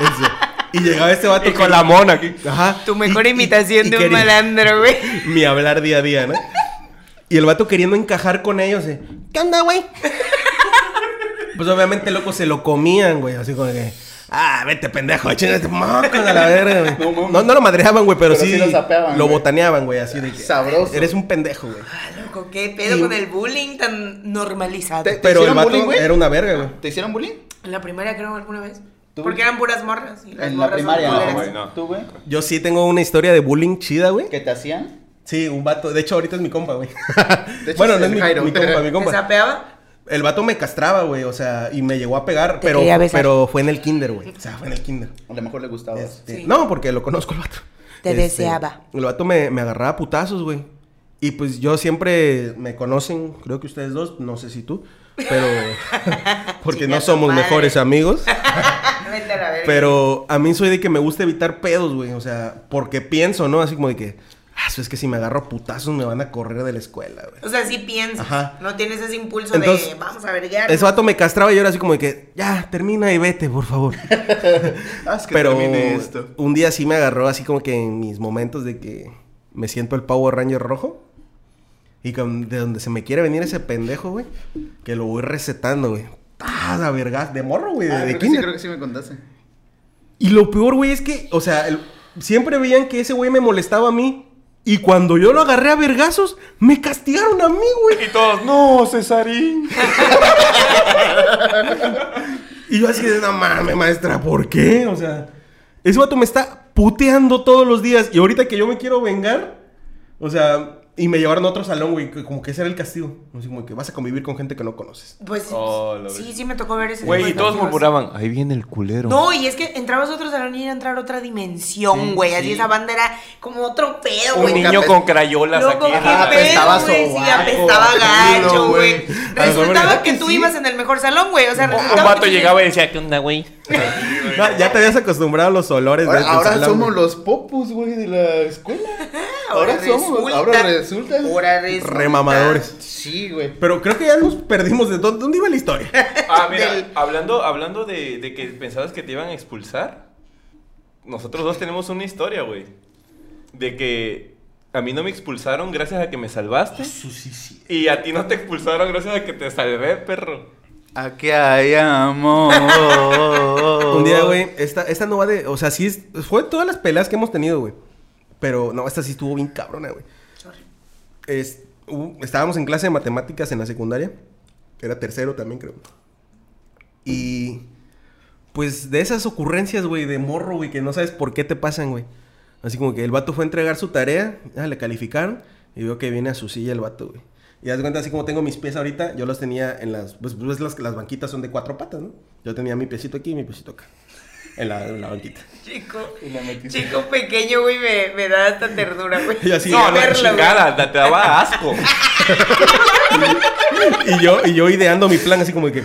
Eso. Y llegaba este vato Y con la mona aquí. Ajá. Tu mejor Y- y- imitación y de un quería- malandro, güey. Mi hablar día a día, ¿no? Y el vato queriendo encajar con ellos, eh, ¿qué onda, güey? Pues obviamente, loco, se lo comían, güey, así como que, ah, vete, pendejo, chingate, mocos a la verga, güey. No, mames. No, no lo madreaban, güey, pero, Pero sí, sí lo zapeaban, lo güey. botaneaban, güey, así de que, Sabroso. Eres un pendejo, güey. Ah, Loco, ¿Qué pedo Y- con el bullying tan normalizado? Te- Pero el hicieron vato bullying, güey? era una verga, güey. ¿Te hicieron bullying? En la primaria creo alguna vez. ¿Tú? Porque eran puras morras. y las En la morras son primaria, no, culeras. güey, no. ¿Tú, güey? Yo sí tengo una historia de bullying chida, güey. ¿Qué te hacían? Sí, un vato. De hecho, ahorita es mi compa, güey. De hecho, bueno, es no es el mi, Jairo. mi compa, mi ¿Te compa. sapeaba? El vato me castraba, güey, o sea, y me llegó a pegar, Te pero, quería besar. pero fue en el kinder, güey. O sea, fue en el kinder. A lo mejor le gustaba. Este, Sí. No, porque lo conozco el vato. Te Este, deseaba. El vato me, me agarraba a putazos, güey. Y pues yo siempre me conocen, creo que ustedes dos, no sé si tú, pero porque Chinga no tu somos madre. mejores amigos. Vete a la verga. Pero a mí soy de que me gusta evitar pedos, güey. O sea, porque pienso, ¿no? Así como de que, ah, es que si me agarro a putazos me van a correr de la escuela, güey. O sea, sí piensas. Ajá. No tienes ese impulso de Entonces, vamos a verguear. Ese vato me castraba y yo era así como de que, ya, termina y vete, por favor. Haz Ah, que Pero termine esto. un día sí me agarró así como que en mis momentos de que me siento el Power Ranger rojo. Y con- de donde se me quiere venir ese pendejo, güey, que lo voy recetando, güey. ¡Ah, la vergas! De morro, güey, de, Ah, de creo que sí, kinder. creo que sí me contaste. Y lo peor, güey, es que, o sea, el- siempre veían que ese güey me molestaba a mí. Y cuando yo lo agarré a vergazos, me castigaron a mí, güey. Y todos, no, Cesarín. Y yo así de, no mames, maestra, ¿por qué? O sea, ese vato me está puteando todos los días. Y ahorita que yo me quiero vengar, o sea, y me llevaron a otro salón, güey, que como que ese era el castigo. Así como que vas a convivir con gente que no conoces. Pues Oh, la sí, verga. sí me tocó ver ese tipo Güey, de y todos cosas. murmuraban, ahí viene el culero. No, y es que entrabas a otro salón y era entrar a otra dimensión, Sí, güey. Así sí. esa banda era como otro pedo, un güey. niño con crayolas Loco, aquí. qué en la- Ajá, apestaba pedo, güey. Sí, sobaco, apestaba apestaba gacho, culo, güey. güey. A lo mejor, Resultaba ¿verdad que que tú sí? ibas en el mejor salón, güey. O sea, Un resultaba vato que tú- llegaba y decía, ¿qué onda, güey? Ya, ya te habías acostumbrado a los olores de- Ahora, del ahora salón, somos güey. los popus, güey, de la escuela. Ahora, somos, ahora resulta. Ahora resulta. remamadores. Sí, güey. Pero creo que ya nos perdimos de dónde, dónde iba la historia. Ah, mira, Del- hablando, hablando de, de que pensabas que te iban a expulsar, nosotros dos tenemos una historia, güey. De que a mí no me expulsaron gracias a que me salvaste. Y a ti no te expulsaron gracias a que te salvé, perro. Aquí hay amor. Un día, güey, esta, esta no va de. O sea, sí es, fue todas las peleas que hemos tenido, güey. Pero no, esta sí estuvo bien cabrona, güey. Es- hubo- estábamos en clase de matemáticas en la secundaria. Era tercero también, creo. Y. Pues de esas ocurrencias, güey, de morro, güey, que no sabes por qué te pasan, güey. Así como que el vato fue a entregar su tarea, ah, le calificaron, y veo que viene a su silla el vato, güey. Y haz de cuenta, así como tengo mis pies ahorita, yo los tenía en las. Pues, pues ves las, las banquitas son de cuatro patas, ¿no? Yo tenía mi piecito aquí y mi piecito acá. En la, en la banquita. Chico, Y la metiste. chico pequeño, güey, me, me da hasta ternura, güey. Y así, no, a a la ver, verlo, güey. chingada, te, te daba asco. Y yo, y yo ideando mi plan, así como de que,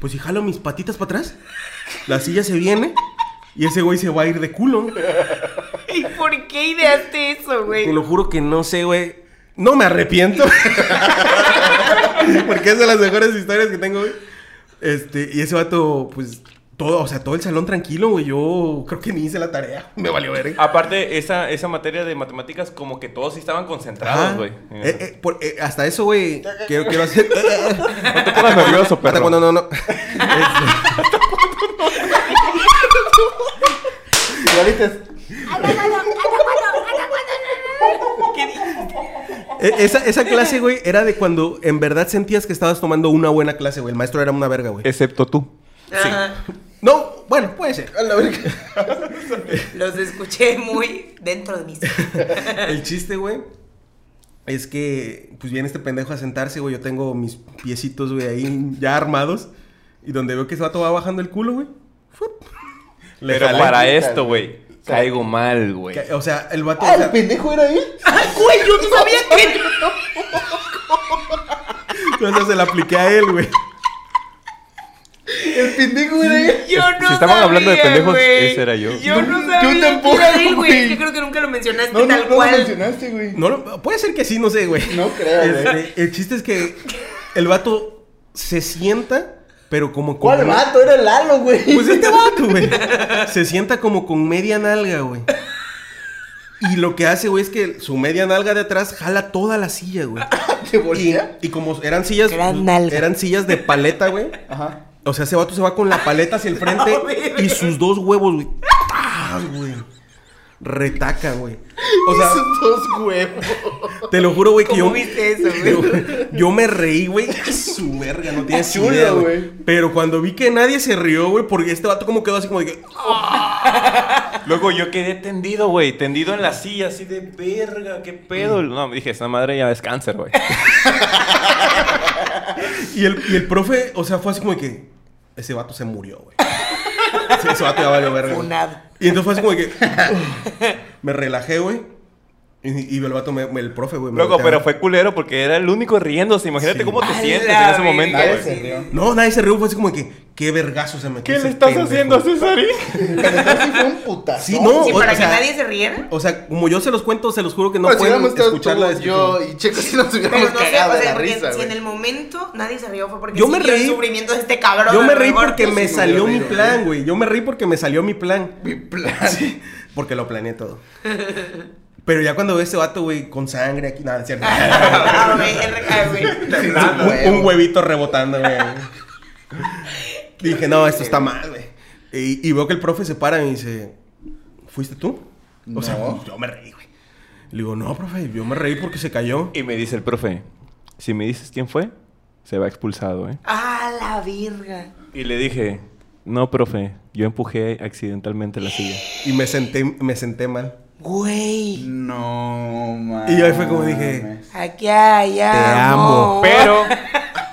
pues si jalo mis patitas para atrás, la silla se viene y ese güey se va a ir de culo. ¿Y por qué ideaste eso, güey? Te lo juro que no sé, güey. No me arrepiento. Porque es de las mejores historias que tengo, güey. Este, y ese vato, pues, todo, o sea, todo el salón tranquilo, güey. Yo creo que ni hice la tarea. Me valió ver. Aparte, esa, esa materia de matemáticas, como que todos sí estaban concentrados, güey. Eh, Eh, hasta eso, güey. Quiero, quiero hacer. No te pongas nervioso, Hasta cuando no, no. Y ahorita- E- Esa, esa clase, güey, era de cuando en verdad sentías que estabas tomando una buena clase, güey. El maestro era una verga, Eh. güey. Excepto tú. Ajá. No, bueno, puede ser. A la verga. Los escuché muy dentro de mí. El chiste, güey, es que pues viene este pendejo a sentarse, güey. Yo tengo mis piecitos, güey, ahí ya armados. Y donde veo que ese vato va bajando el culo, güey. ¡fup! Le Pero jalé. para quita, esto, güey, caigo mal, güey. Ca- O sea, el vato... Ah, o sea, el pendejo era él. güey, yo no sabía que. entonces se la apliqué a él, güey. El pendejo era él. Yo no Si estaban hablando de sabía, pendejos, güey. ese era yo. Yo no, No, yo sabía. tampoco, que era él, güey. Yo creo que nunca lo mencionaste No, no, tal no lo cual. mencionaste, güey. No, lo- puede ser que sí, no sé, güey. No creo, güey. Este, El chiste es que el vato se sienta pero como con... ¿Cuál vato? Era el Lalo, güey. Pues este vato, güey. Se sienta como con media nalga, güey. Y lo que hace, güey, es que su media nalga de atrás jala toda la silla, güey. ¿Te Y, voltea? y como eran sillas... Gran nalga. Eran sillas de paleta, güey. Ajá. O sea, ese vato se va con la paleta hacia el frente No, y sus dos huevos, güey. ¡tas, güey! Retaca, güey. O sea, Esos dos huevos. te lo juro, güey, que ¿Cómo yo. viste eso, güey? Yo, yo me reí, güey. Su verga, no tienes Chulo, idea, güey. güey. Pero cuando vi que nadie se rió, güey, porque este vato como quedó así como de que. Luego yo quedé tendido, güey, tendido en la silla, así de verga, qué pedo. No, me dije, esa madre ya es cáncer, güey. Y el, y el profe, o sea, fue así como de que. Ese vato se murió, güey. Sí, ese vato ya valió verga. güey. Funado. Y entonces fue así como de que. "Ugh". me relajé, güey. Y, y el vato, me, me- el profe, güey. me Loco, voltea. pero fue culero porque era el único riéndose. Imagínate Sí. cómo te A sientes en la ese momento, verga, güey. sí. No, nadie se rió, fue así como de que, qué vergazo se metió. ¿Qué ese le estás pendejo. haciendo a Cesarín? Pero entonces sí fue un putazo. Sí, no, Sí, o- para o que sea, nadie se riera. O sea, como yo se los cuento, se los juro que no Pero Pues si pueden hubiéramos escuchar estado tú, la descripción. yo y Checo si nos Pero hubiéramos Pues no sé, o cagado de sea, la porque risa, si güey. en el momento nadie se rió fue porque Yo me sintió reí. el sufrimiento de este cabrón. Yo a me lo reí mejor. porque yo me sí me salió hubiera mi reído, plan, güey. Yo me reí porque me salió mi plan. Mi plan. Porque lo planeé todo. Pero ya cuando veo ese vato, güey, con sangre aquí, nada, es cierto. Ah, güey, el recado, güey. Temblando, un, un güey. huevito rebotando, güey. Dije, no, esto está mal, güey. Y, y veo que el profe se para y me dice, ¿fuiste tú? O sea, No. yo me reí, güey. Le digo, no, profe, yo me reí porque se cayó. Y me dice el profe, si me dices quién fue, se va expulsado, ¿eh? Ah, la virga. Y le dije, no, profe, yo empujé accidentalmente la silla. Y me senté, me senté mal. Güey. No, man. Y ahí fue como dije, Aquí hay amo. Pero,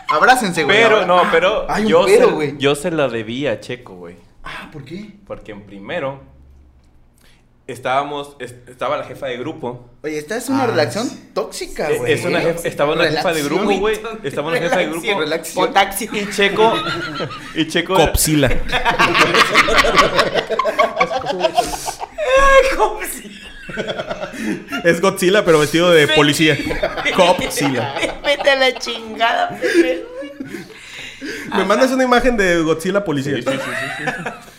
Abrácense, güey. pero, Oh. ahora. Ah, no, pero, Hay un yo, pero, se, güey. yo se la debía a Checo, güey. Ah, ¿por qué? Porque en primero, estábamos, es- estaba la jefa de grupo. Oye, esta es una Ah, relación sí. E-, tóxica, Es- Ah, güey. es una jefa- estaba una jefa de Relación. grupo, güey. Estaba una jefa de grupo. Relación. Potaxi. Y Checo, y Checo, Copsila. es Godzilla, pero vestido de policía. Copsila. Vete a la chingada, pendejo. Me mandas una imagen de Godzilla policía.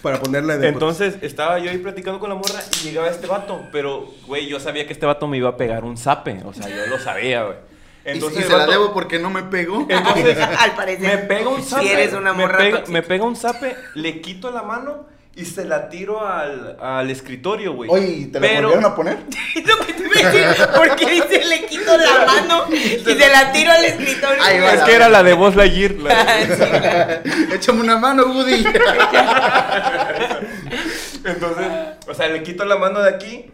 Para ponerla de Entonces estaba yo ahí platicando con la morra y llegaba este vato, pero güey, yo sabía que este vato me iba a pegar un zape, o sea, yo lo sabía, güey. Y- Entonces y, el se la vato debo porque no me pegó. Ah, pues, Entonces, Al parecer. me pega un zape. Si eres una me morra pega, tóxica. me pega un zape, le quito la mano y se la tiro al, al escritorio, güey. Oye, ¿y ¿te la Pero- volvieron a poner? Es lo que te iba a decir, porque dice le quito la mano y se la tiro al escritorio. Ahí va Es que era la de Buzz Lightyear. la- Échame una mano, Woody. Entonces, o sea, le quito la mano de aquí,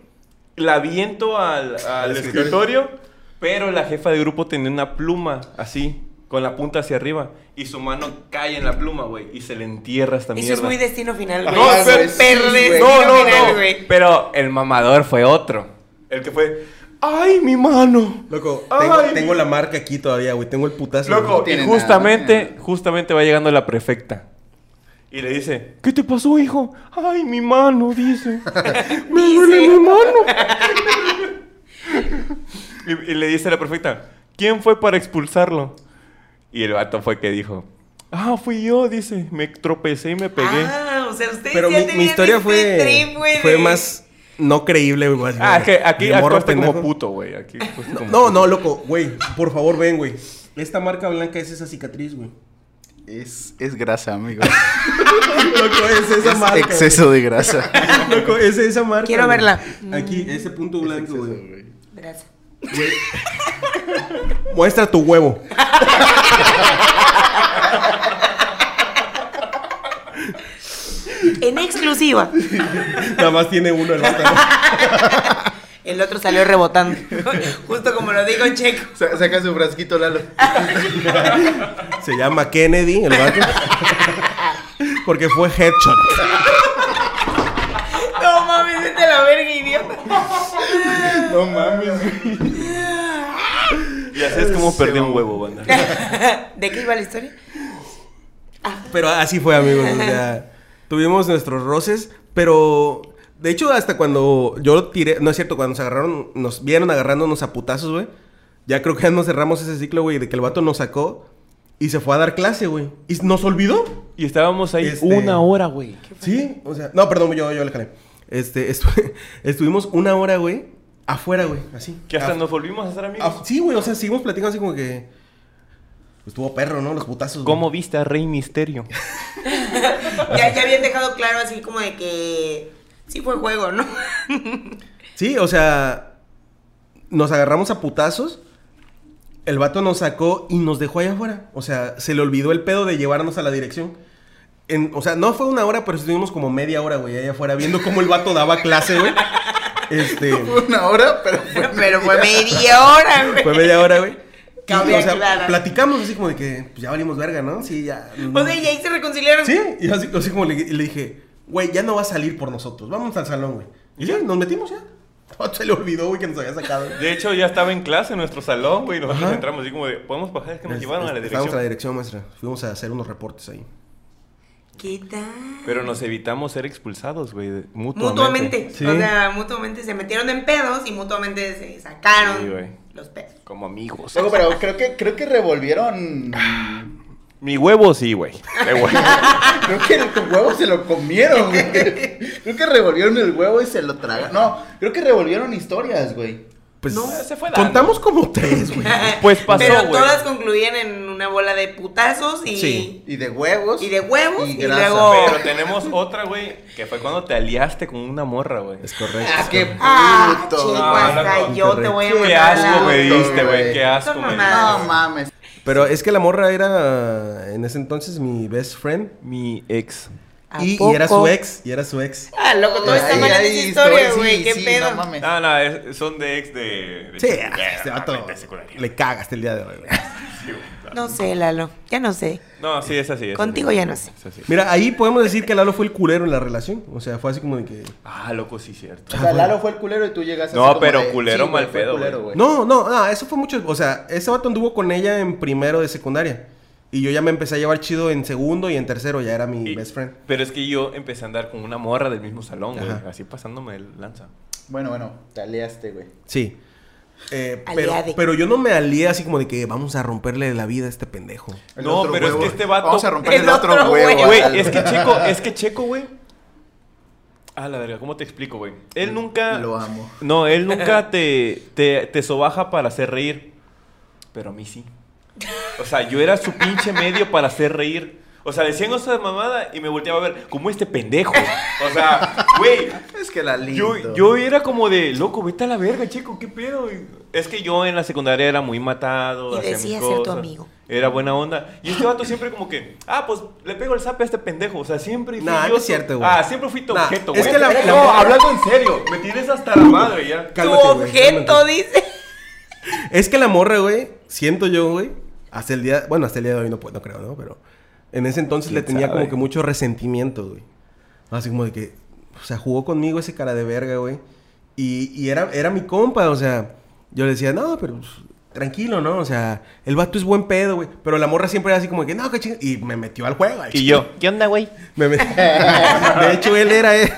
la aviento al, al escritorio, pero la jefa de grupo tenía una pluma así, con la punta hacia arriba, y su mano cae en la pluma, güey, y se le entierra esta Eso mierda. es muy destino final, güey. No, Eso pero- es perro sí, güey. destino no, no, final, no, güey. pero el mamador fue otro, el que fue, ¡ay, mi mano! Loco, tengo, Ay. tengo la marca aquí todavía, güey. Tengo el putazo. Loco, y tiene nada, no justamente, tiene justamente va llegando la prefecta. Y le dice, ¿qué te pasó, hijo? Ay, mi mano, dice. Me duele mi mano. y, y le dice la prefecta, ¿quién fue para expulsarlo? Y el vato fue que dijo, ah, fui yo, dice. Me tropecé y me pegué. Ah, o sea, ustedes Pero ya mi, mi tenían historia este fue, trip, güey, de- fue más no creíble, güey. Ah, es que aquí De morro actuaste como pendejo. puto, güey. Aquí actuaste como No, puto. no, loco, güey. Por favor, ven, güey. Esta marca blanca es esa cicatriz, güey. Es, es grasa, amigo. Loco, es esa marca. güey. Exceso de grasa. Loco, es esa marca. Quiero güey. verla. Aquí, ese punto blanco, güey. Gracias. Muestra tu huevo. En exclusiva. Nada más tiene uno el otro. El otro salió rebotando. Justo como lo dijo Checo. Sa- Saca su frasquito, Lalo. Se llama Kennedy, el vato. Porque fue headshot. No mames, vete a la verga, idiota. No mames, güey. Y así es como perdí un huevo, banda. ¿De qué iba la historia? Pero así fue, amigos. O sea, tuvimos nuestros roces, pero. De hecho, hasta cuando yo lo tiré. No es cierto, cuando nos agarraron, nos vieron agarrándonos a putazos, güey. Ya creo que ya nos cerramos ese ciclo, güey, de que el vato nos sacó. Y se fue a dar clase, güey. Y nos olvidó. Y estábamos ahí Este- una hora, güey. Sí, o sea. No, perdón, yo, yo le jalé. Este, estu- estuvimos una hora, güey, afuera, güey, así. Que hasta Af- nos volvimos a hacer amigos. af- Sí, güey, o sea, seguimos platicando así como que. Pues estuvo perro, ¿no? Los putazos. güey. ¿Cómo viste a Rey Misterio? Ya, ya habían dejado claro así como de que sí fue juego, ¿no? Sí, o sea, nos agarramos a putazos. El vato nos sacó y nos dejó allá afuera. O sea, se le olvidó el pedo de llevarnos a la dirección. En- o sea, no fue una hora, pero estuvimos como media hora, güey, allá afuera, viendo cómo el vato daba clase, güey. Este, Una hora, pero fue Pero fue media hora, güey. fue media hora, güey. Y, Cabía o sea, clara. platicamos así como de que pues, ya valimos verga, ¿no? Sí, ya. O sea, y ahí se reconciliaron. Sí, y yo así, así como le, le dije, güey, ya no va a salir por nosotros, vamos al salón, güey. Y ya, nos metimos ya. Se le olvidó, güey, que nos había sacado. De hecho, ya estaba en clase en nuestro salón, güey. y Nosotros Ajá. entramos así como de, podemos bajar, es que nos llevaron a la Estábamos a la dirección. dirección, maestra. Fuimos a hacer unos reportes ahí. ¿Qué tal? Pero nos evitamos ser expulsados, güey, de- mutuamente. Mutuamente. Sí. O sea, mutuamente se metieron en pedos y mutuamente se sacaron Sí, güey. los pedos. Como amigos. Luego, pero creo que, creo que revolvieron. Mi huevo sí, güey. De huevo. Creo que el huevo se lo comieron, güey. Creo que revolvieron el huevo y se lo tragaron. No, creo que revolvieron historias, güey. Pues, No, se fue dando. contamos como tres, güey. Pues pasó, Pero güey. todas concluían en una bola de putazos y. Sí. Y de huevos. Y de huevos, y grasa. luego- Pero tenemos otra, güey, que fue cuando te aliaste con una morra, güey. Es correcto. Ah, qué Ah, puto. chico, Ah, hasta loco. yo te voy a Qué mandar. a la- asco me güey. diste, güey. Qué asco Son me diste. mamadas. No mames. Pero es que la morra era, en ese entonces, mi best friend. Mi ex. ¿A Y, y poco? era su ex, y era su ex. Ah, loco, todo está Ahí mal en hay esa historia, historias, güey. sí, Qué sí, pedo. Ah. No mames. Ah, No, no, es- son de ex de. de Sí, secundaria, ah, este no, vato de secundaria. le cagaste el día de hoy, güey. Sí, güey. No sé, Lalo. Ya no sé. No, sí, es así. es Contigo así. ya no sé. Es así. Mira, ahí podemos decir que Lalo fue el culero en la relación. O sea, fue así como de que... Ah, loco, sí, cierto. O sea, Lalo fue el culero y tú llegaste No, así como pero de, culero sí, güey, mal fue pedo, culero, güey. güey. No, no, no, eso fue mucho. O sea, ese vato anduvo con ella en primero de secundaria. Y yo ya me empecé a llevar chido en segundo y en tercero ya era mi Y- best friend. Pero es que yo empecé a andar con una morra del mismo salón, güey. Ajá. Así pasándome el lanza. Bueno, bueno, te aliaste, güey. Sí. Eh, pero, Aliade. pero yo no me alié así como de que vamos a romperle la vida a este pendejo. El No, otro pero es huevo. que este vato- Vamos a romper El el, otro, otro huevo. huevo. Güey, Lalo. es que Checo, es que Checo, güey. Ah, la verga, ¿cómo te explico, güey? Él nunca. Lo amo. No, él nunca te, te, te sobaja para hacer reír. Pero a mí sí. O sea, yo era su pinche medio para hacer reír. O sea, decían cosas de mamada y me volteaba a ver, como este pendejo. O sea, güey, Es que la lindo. yo, yo era como de, loco, vete a la verga, chico, qué pedo. güey?". Es que yo en la secundaria era muy matado. Y hacía mis decía ser tu cosas, amigo. Era buena onda. Y este vato siempre como que, ah, pues le pego el zap a este pendejo. O sea, siempre fui Nah, yo no es su- cierto, güey. Ah, siempre fui tu Nah, objeto, es güey. que la- Era- la- No, hablando en serio, me tienes hasta la madre ya. Cálmate, tu güey, objeto, cálmate. dice. Es que la morra, güey, siento yo, güey, hasta el día, bueno, hasta el día de hoy no, puedo, no creo, ¿no? Pero en ese entonces le ¿Quién tenía sabe? como que mucho resentimiento, güey. Así como de que, o sea, jugó conmigo ese cara de verga, güey. Y, y era, era mi compa, o sea, yo le decía, no, pero pues, tranquilo, ¿no? O sea, el vato es buen pedo, güey. Pero la morra siempre era así como que, no, que chinga. Y me metió al juego, al Y chinga. yo, ¿qué onda, güey? Me met- De hecho, él era él.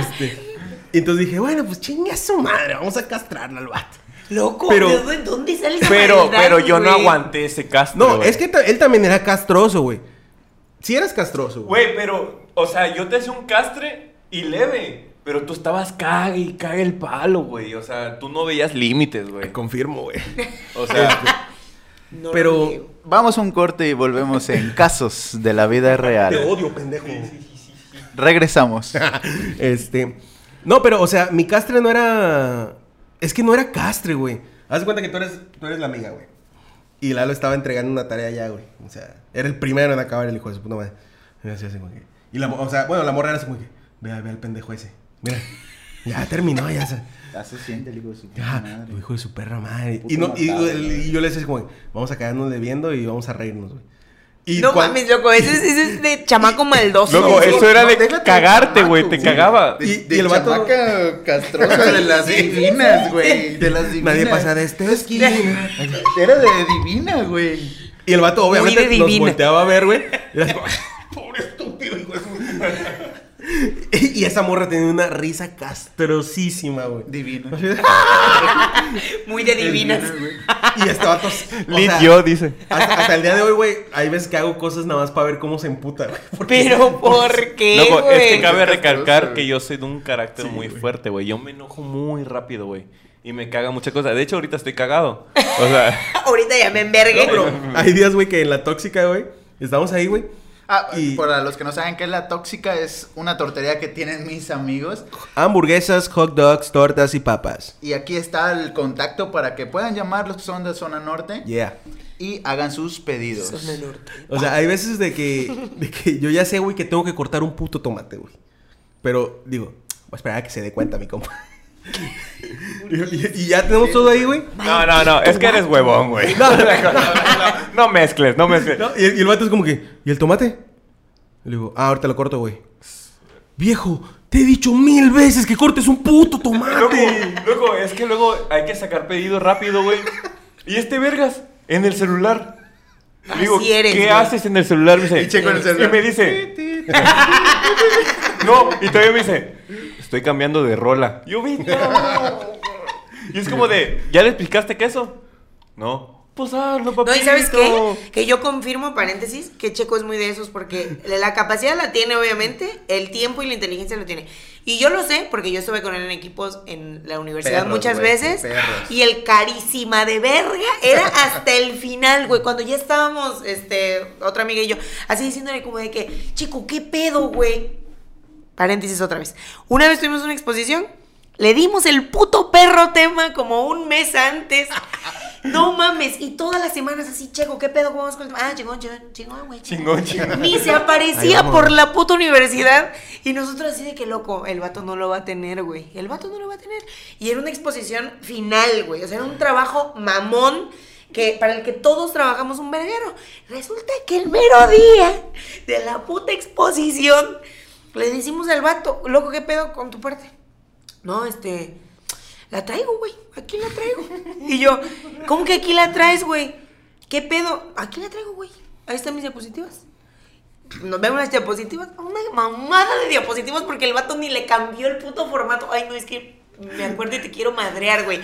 Este, y entonces dije, bueno, pues chingue a su madre, vamos a castrarla al vato. Loco, Pero- ¿de dónde- dónde sale esa Pero, maldad, pero yo no güey? aguanté ese castro. No, güey. es que ta- él también era castroso, güey. Si eras castroso, güey. Güey, pero, o sea, yo te hice un castre y leve. Pero tú estabas cague y cague el palo, güey. O sea, tú no veías límites, güey. Confirmo, güey. O sea, No lo Pero- creo. Vamos a un corte y volvemos en casos de la vida real. odio, pendejo. Regresamos. Este. No, pero, o sea, mi castre no era. Es que no era castre, güey. Haz de cuenta que tú eres, tú eres la amiga, güey. Y Lalo estaba entregando una tarea ya, güey. O sea, era el primero en acabar el hijo de su puta madre. Y así, así como que- Y la, mo- o sea, bueno, la morra era así como que. Vea, vea al pendejo ese. Mira. Ya terminó, ya se. Hace siente el hijo de su puta Ya, madre. tu hijo de su perra madre. Puto Y, no, y, matado, el- güey. y yo le decía así como, vamos a quedarnos debiendo y vamos a reírnos, güey. Y no cuan- mames, loco, ese, es- ese es de chamaco Este, maldoso. Loco, güey. eso era de déjate cagarte, chamaco, güey, te cagaba. De, Y- de y el vato- chamaca castrosa de las divinas, güey. De las divinas. Nadie pasa de esta esquina. Era de divina, güey. Y el vato Muy obviamente de nos divina. volteaba a ver, güey. Y era así como, pobre estúpido, hijo de su... y esa morra tenía una risa castrosísima, güey. Divino. Muy de divinas. Y este estaba todo. yo, dice. Hasta, hasta el día de hoy, güey, hay veces que hago cosas nada más para ver cómo se emputa, güey. Porque- Pero ¿por qué, Luego, güey? es que cabe Es castroso, recalcar güey. que yo soy de un carácter Sí, muy güey. fuerte, güey. Yo me enojo muy rápido, güey. Y me caga muchas cosas. De hecho, ahorita estoy cagado. O sea, Ahorita ya me envergué. No, pero hay días, güey, que en la tóxica, güey, estamos ahí, güey. Ah, Y- para los que no saben qué es la tóxica, es una tortería que tienen mis amigos. Hamburguesas, hot dogs, tortas y papas. Y aquí está el contacto para que puedan llamar los que son de zona norte Yeah. y hagan sus pedidos. O sea, hay veces de que, de que yo ya sé, güey, que tengo que cortar un puto tomate, güey. Pero digo, voy a esperar a que se dé cuenta, mi compa. y, y- y ya tenemos todo ahí, güey. no, no, no. Es que eres huevón, güey. No, no mezcles, no mezcles. No, Y, y el vato es como que, ¿y el tomate? Y le digo, ah, ahorita lo corto, güey. Viejo, te he dicho mil veces que cortes un puto Loco, tomate. loco, es que luego hay que sacar pedido rápido, güey. Y este vergas, en el celular. Le Digo, Así eres, ¿qué güey. haces en el celular? Me dice, Y checo en el celular. Y me dice. no, y todavía me dice, estoy cambiando de rola. Yo vi. "No". Y es como de, ¿ya le explicaste que eso? No. Pues hazlo, papito. No, y ¿sabes qué? Que yo confirmo, paréntesis, que Checo es muy de esos porque la- la capacidad la tiene, obviamente, el tiempo y la inteligencia lo tiene. Y yo lo sé porque yo estuve con él en equipos en la universidad Perros, muchas güey, veces. perros. Y el carísima de verga era hasta el final, güey. Cuando ya estábamos, este, otra amiga y yo, así diciéndole como de que, Checo, ¿qué pedo, güey? Paréntesis otra vez. Una vez tuvimos una exposición, le dimos el puto perro tema como un mes antes. No mames, y todas las semanas así, checo, ¿qué pedo? ¿Cómo vamos con el tema? Ah, chingón, chingón, chingón, güey. chingón". Chingón, chingón. Ni se Ahí aparecía vamos. por la puta universidad. Y nosotros así de que loco, el vato no lo va a tener, güey. El vato no lo va a tener. Y era una exposición final, güey. O sea, era un trabajo mamón que, para el que todos trabajamos un verguero. Resulta que el mero día de la puta exposición le decimos al vato, loco, ¿qué pedo con tu parte? No, este. La traigo, güey. Aquí la traigo. Y yo, ¿cómo que aquí la traes, güey? ¿Qué pedo? Aquí la traigo, güey. Ahí están mis diapositivas. Nos vemos las diapositivas. Una mamada de diapositivas porque el vato ni le cambió el puto formato. Ay, no, es que me acuerdo y te quiero madrear, güey.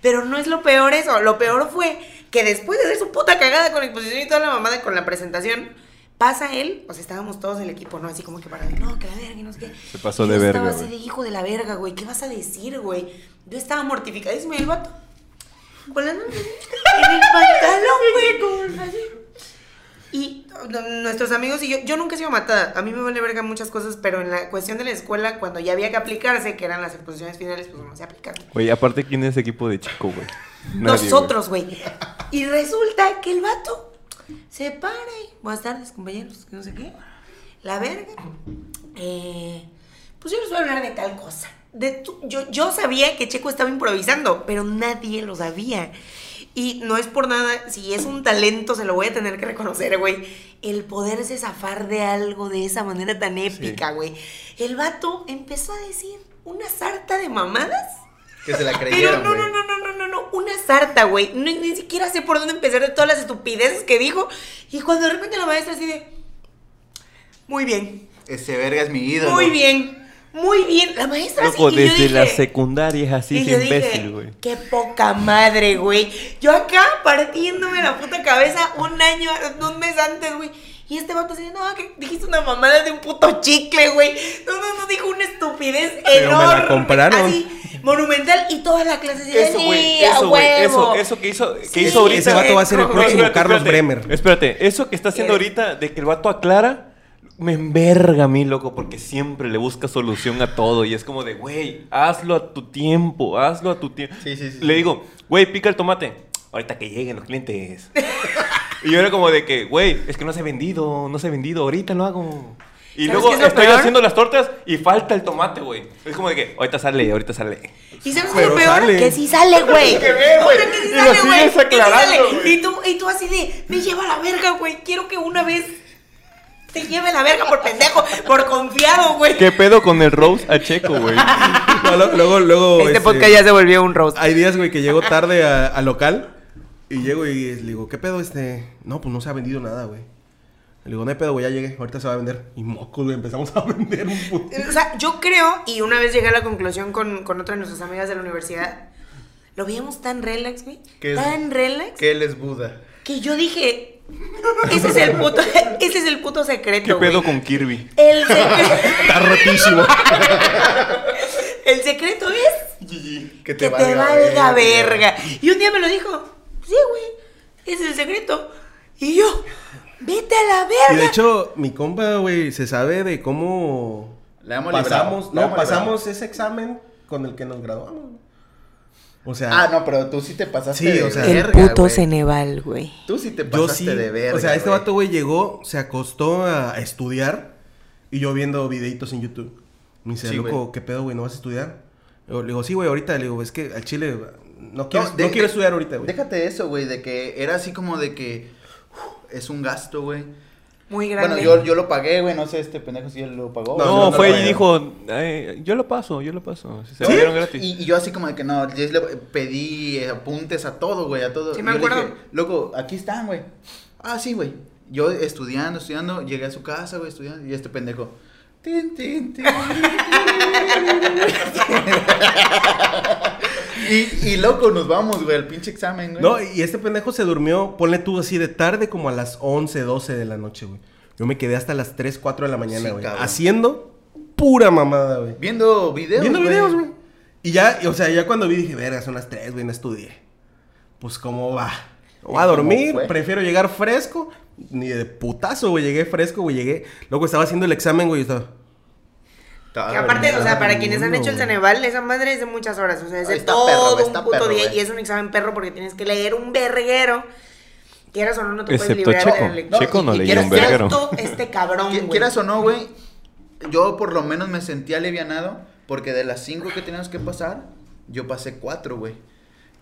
Pero no es lo peor eso. Lo peor fue que después de hacer su puta cagada con la exposición y toda la mamada con la presentación, pasa él. O sea, estábamos todos el equipo, ¿no? Así como que para. No, que la verga, y no sé qué. Se pasó Y de yo estaba verga, así güey. de, hijo de la verga, güey. ¿Qué vas a decir, güey? Yo estaba mortificadísima y el vato. Volando en el pantalón, güey. así. Y n- nuestros amigos y yo, yo nunca he sido matada. A mí me vale verga muchas cosas, pero en la cuestión de la escuela, cuando ya había que aplicarse, que eran las exposiciones finales, pues no se aplicaron. Oye, aparte, ¿quién es equipo de chico, güey? Nadie, güey. Nosotros, güey. Y resulta que el vato se para y, buenas tardes, compañeros, que no sé qué. La verga. Eh, pues yo les voy a hablar de tal cosa. De tu- yo, yo sabía que Checo estaba improvisando, pero nadie lo sabía. Y no es por nada, si es un talento, se lo voy a tener que reconocer, güey. El poderse zafar de algo de esa manera tan épica, güey. El vato empezó a decir una sarta de mamadas Que se la pero creyeron. no, güey. no, no, no, no, no, no, una sarta, güey. No- ni siquiera sé por dónde empezar de todas las estupideces que dijo. Y cuando de repente la maestra así de. Muy bien, Ese verga es mi ídolo. muy bien, muy bien. La maestra Loco, así y yo desde la dije- secundaria es así, y ese yo dije, imbécil, güey. Qué poca madre, güey. Yo acá partiéndome la puta cabeza un año, un mes antes, güey. Y este vato así, no, que dijiste una mamada de un puto chicle, güey. No, no, no, dijo una estupidez Pero me la enorme. compraron. Así, monumental. Y toda la clase así, Eso, "Sí, güey, a eso, güey, eso, huevo". eso que hizo, que Sí, hizo ahorita. Ese vato va a ser el No, próximo espérate, Carlos espérate. Bremer. Espérate, eso que está haciendo Eres. ahorita de que el vato aclara, me enverga a mí, loco, porque siempre le busca solución a todo. Y es como de, güey, hazlo a tu tiempo, hazlo a tu tiempo. Sí, sí, sí, Le sí. digo, güey, pica el tomate. Ahorita que lleguen los clientes. y yo era como de que, güey, es que no se ha vendido, no se ha vendido, ahorita lo hago. Y ¿Sabes luego qué es lo estoy peor? haciendo las tortas y falta el tomate, güey. Es como de que, ahorita sale, ahorita sale. ¿Y sabes qué es lo Pero peor? sale. Que sí sale, güey. Que ve, güey. Otra que sí Y lo sale, sigues güey. Que sí aclarando, sale. güey. Y tú, y tú así de, me lleva a la verga, güey. Quiero que una vez te lleve la verga por pendejo, por confiado, güey. ¿Qué pedo con el Rose a Checo, güey? No, lo- luego, luego. este, se volvió un roast. Hay días, güey, que llego tarde a- al local y llego y le digo, ¿qué pedo este? No, pues no se ha vendido nada, güey. Le digo, no hay pedo, güey, ya llegué. Ahorita se va a vender. Y mocos, güey, empezamos a vender un puto. O sea, yo creo, y una vez llegué a la conclusión con, con otra de nuestras amigas de la universidad, lo veíamos tan relax, güey. Que es- Tan relax. Que él es Buda. Que yo dije, ese es el puto, ese es el puto secreto. ¿Qué pedo güey. con Kirby? El secreto, Está rotísimo. el secreto es Que que te te, valga verga. Y un día me lo dijo, sí, güey, ese es el secreto. Y yo, vete a la Y de verga. hecho, mi compa, güey, se sabe de cómo La hemos pasamos, librado, la no, hemos pasamos ese examen con el que nos graduamos. O sea, Ah, no, pero tú sí te pasaste Sí, de o sea, el verga, puto güey. Ceneval, güey. Tú sí te yo pasaste sí. de verga. o sea, este güey. vato, güey, llegó, se acostó a estudiar y yo viendo videitos en YouTube. Me dice, Sí, loco, güey. ¿qué pedo, güey? ¿No vas a estudiar? Yo le digo, sí, güey, ahorita. Le digo, es que al chile no No, quiero, no de- quiero de- estudiar ahorita, güey. Déjate eso, güey, de que era así como de que uf, es un gasto, güey. Muy grande. Bueno, yo, yo lo pagué, güey, no sé este pendejo si él lo pagó. No, No, no, no, fue no, y no. dijo, "Ay, yo lo paso, yo lo paso. Se lo ¿Sí? dieron gratis. Y, y yo así como de que no, yo le pedí eh, apuntes a todo, güey, a todo. Sí, Y me yo le acuerdo. dije, Loco, aquí están, güey. Ah, sí, güey. Yo estudiando, estudiando, llegué a su casa, güey, estudiando, y este pendejo. tin, tin, tin. y, y loco, nos vamos, güey, al pinche examen, güey. No, y este pendejo se durmió, ponle tú así de tarde como a las 11, 12 de la noche, güey. Yo me quedé hasta las 3, 4 de la mañana, Sí, güey. cabrón. haciendo pura mamada, güey. Viendo videos. Viendo videos, güey. Y ya, y, o sea, ya cuando vi dije, verga, son las 3, güey, no estudié. Pues, ¿cómo va? ¿Y Voy a cómo dormir, fue? prefiero llegar fresco. Ni de putazo, güey, llegué fresco, güey, llegué. Loco, estaba haciendo el examen, güey, y estaba... Que aparte, o sea, para Ah, quienes han bueno, hecho el güey. Ceneval, esa madre es de muchas horas. O sea, es de Está todo perro, güey, un está puto perro, día güey. y es un examen perro porque tienes que leer un verguero. Quieras o no, no te Excepto puedes librar Checo. de la lectura. Checo no y- y leía un quieras- verguero. Excepto este cabrón, Qui- güey. Quieras o no, güey, yo por lo menos me sentí alivianado porque de las cinco que teníamos que pasar, yo pasé cuatro, güey.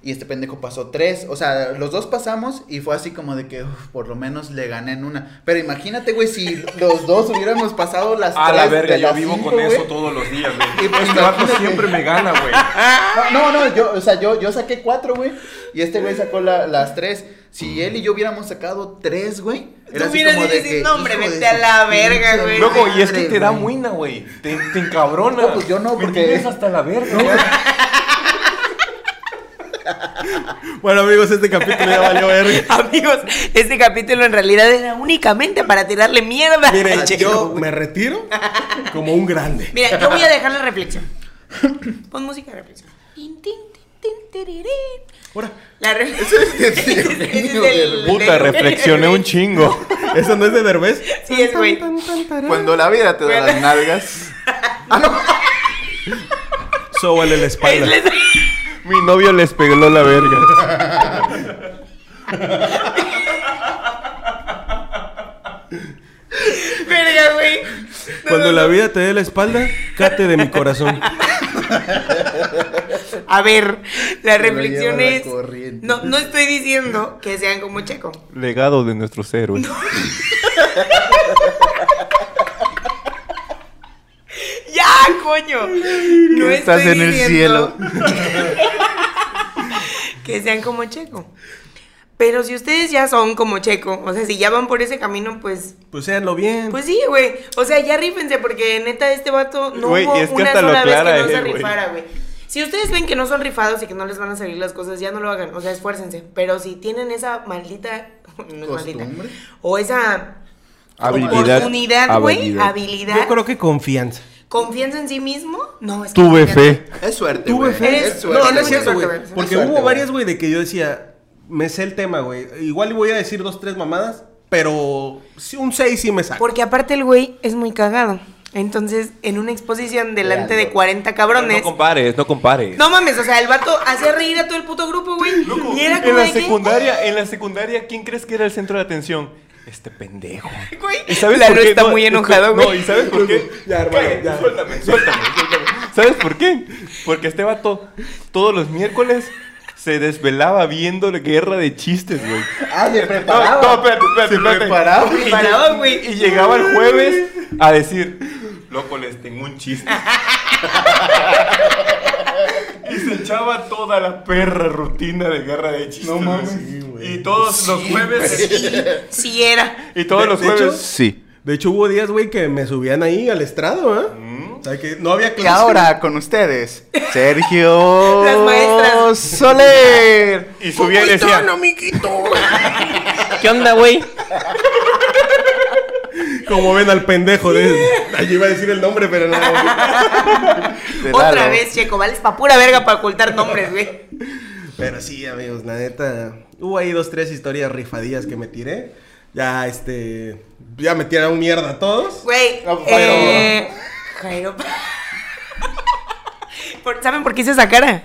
Y este pendejo pasó tres. O sea, los dos pasamos y fue así como de que uf, por lo menos le gané en una. Pero imagínate, güey, si los dos hubiéramos pasado las A la tres de verga, yo las vivo cinco, con eso güey. todos los días, Y güey. pues Este vato imagínate. siempre me gana, güey. Ah, No, no, no, yo, o sea, yo, yo saqué cuatro, güey. Y este güey sacó la- las tres. Si él y yo hubiéramos sacado tres, güey. Tú hubieras dicho, "No, hombre, hijo de vete a su la pinche verga, güey". Loco, y es que madre, te da güey. muina, güey. Te, te encabrona. No, pues yo no, Me porque- tienes hasta la verga, güey. Bueno, amigos, este capítulo ya valió verga. Amigos, este capítulo en realidad era únicamente para tirarle mierda. Miren, a Checo, Ah, yo güey. me retiro como un grande. Mira, yo voy a dejar la reflexión. Pon música de reflexión. Tin, tin, tin, tin, tirirín. Ahora, La reflexión. Puta, reflexioné un chingo. ¿eso no es de Derbez? Sí, es güey. Cuando la vida te da Bueno. las nalgas. Sóbale la espalda. Es- Mi novio les pegó la verga. Verga, güey. No, Cuando no, la no. vida te dé la espalda, cate de mi corazón. A ver, la lo reflexión lleva la es. corriente. No, no estoy diciendo que sean como Checo. Legado de nuestros héroes. ¡Ya, coño! No Estás estoy en el diciendo que sean como Checo. Pero si ustedes ya son como Checo, o sea, si ya van por ese camino, pues. Pues séanlo bien. Pues sí, güey. O sea, ya rífense, porque neta, este vato no Güey, hubo y es que una hasta lo sola vez aclara que no se él, güey. rifara, güey. Si ustedes ven que no son rifados y que no les van a salir las cosas, ya no lo hagan. O sea, esfuércense. Pero si tienen esa maldita. No es maldita. Costumbre. O esa. Habilidad. Oportunidad, güey. Habilidad. Habilidad. Yo creo que confianza. Confianza en sí mismo. No, es que Tuve confianza- fe. Es suerte. Tuve güey, fe. Es suerte. No, no es Mucha cierto, suerte, güey. güey. Porque Suerte, hubo güey. varias, güey, de que yo decía, me sé el tema, güey. Igual voy a decir dos, tres mamadas, pero sí, un seis sí me saca. Porque aparte el güey es muy cagado. Entonces, en una exposición delante de Leandro. 40 No cabrones. compares, no compares. No mames, o sea, el vato hacía reír a todo el puto grupo, güey. Y era como en la de que, secundaria, en la secundaria, ¿quién crees que era el centro de atención? Este pendejo. güey, ¿Y sabes Lalo por qué? está No, muy es que- enojado, güey. No, ¿y sabes por qué? Ya, hermano, Cállate, ya. Suéltame, suéltame, suéltame. ¿Sabes por qué? Porque este vato todos los miércoles se desvelaba viendo la guerra de chistes, güey. Ah, se No, preparaba. no, espérate, espérate, Se espérate. preparaba. Y lle- Y llegaba el jueves a decir, loco, les tengo un chiste. y se echaba echaba toda la perra rutina de garra de chistes. No mames. güey. Sí, güey. y todos los jueves. Sí era. Y todos De- los de hecho, jueves. Sí. De hecho, hubo días, güey, que me subían ahí al estrado, ¿eh? O sea, que no había Y clase. Mm. ahora con ustedes, Sergio Las maestras. Soler. Y subía y decía. ¿Qué onda, güey? Como ven al pendejo de... Allí iba a decir el nombre, pero no. De Otra Lalo. vez, Checo, vales pa' pura verga para ocultar nombres, güey. Pero sí, amigos, la neta. Hubo ahí dos, tres historias rifadillas que me tiré. Ya, este. Ya me tiraron mierda a todos. Güey. No, pues, Jairo. eh, Jairo. Por- ¿Saben por qué hice esa cara?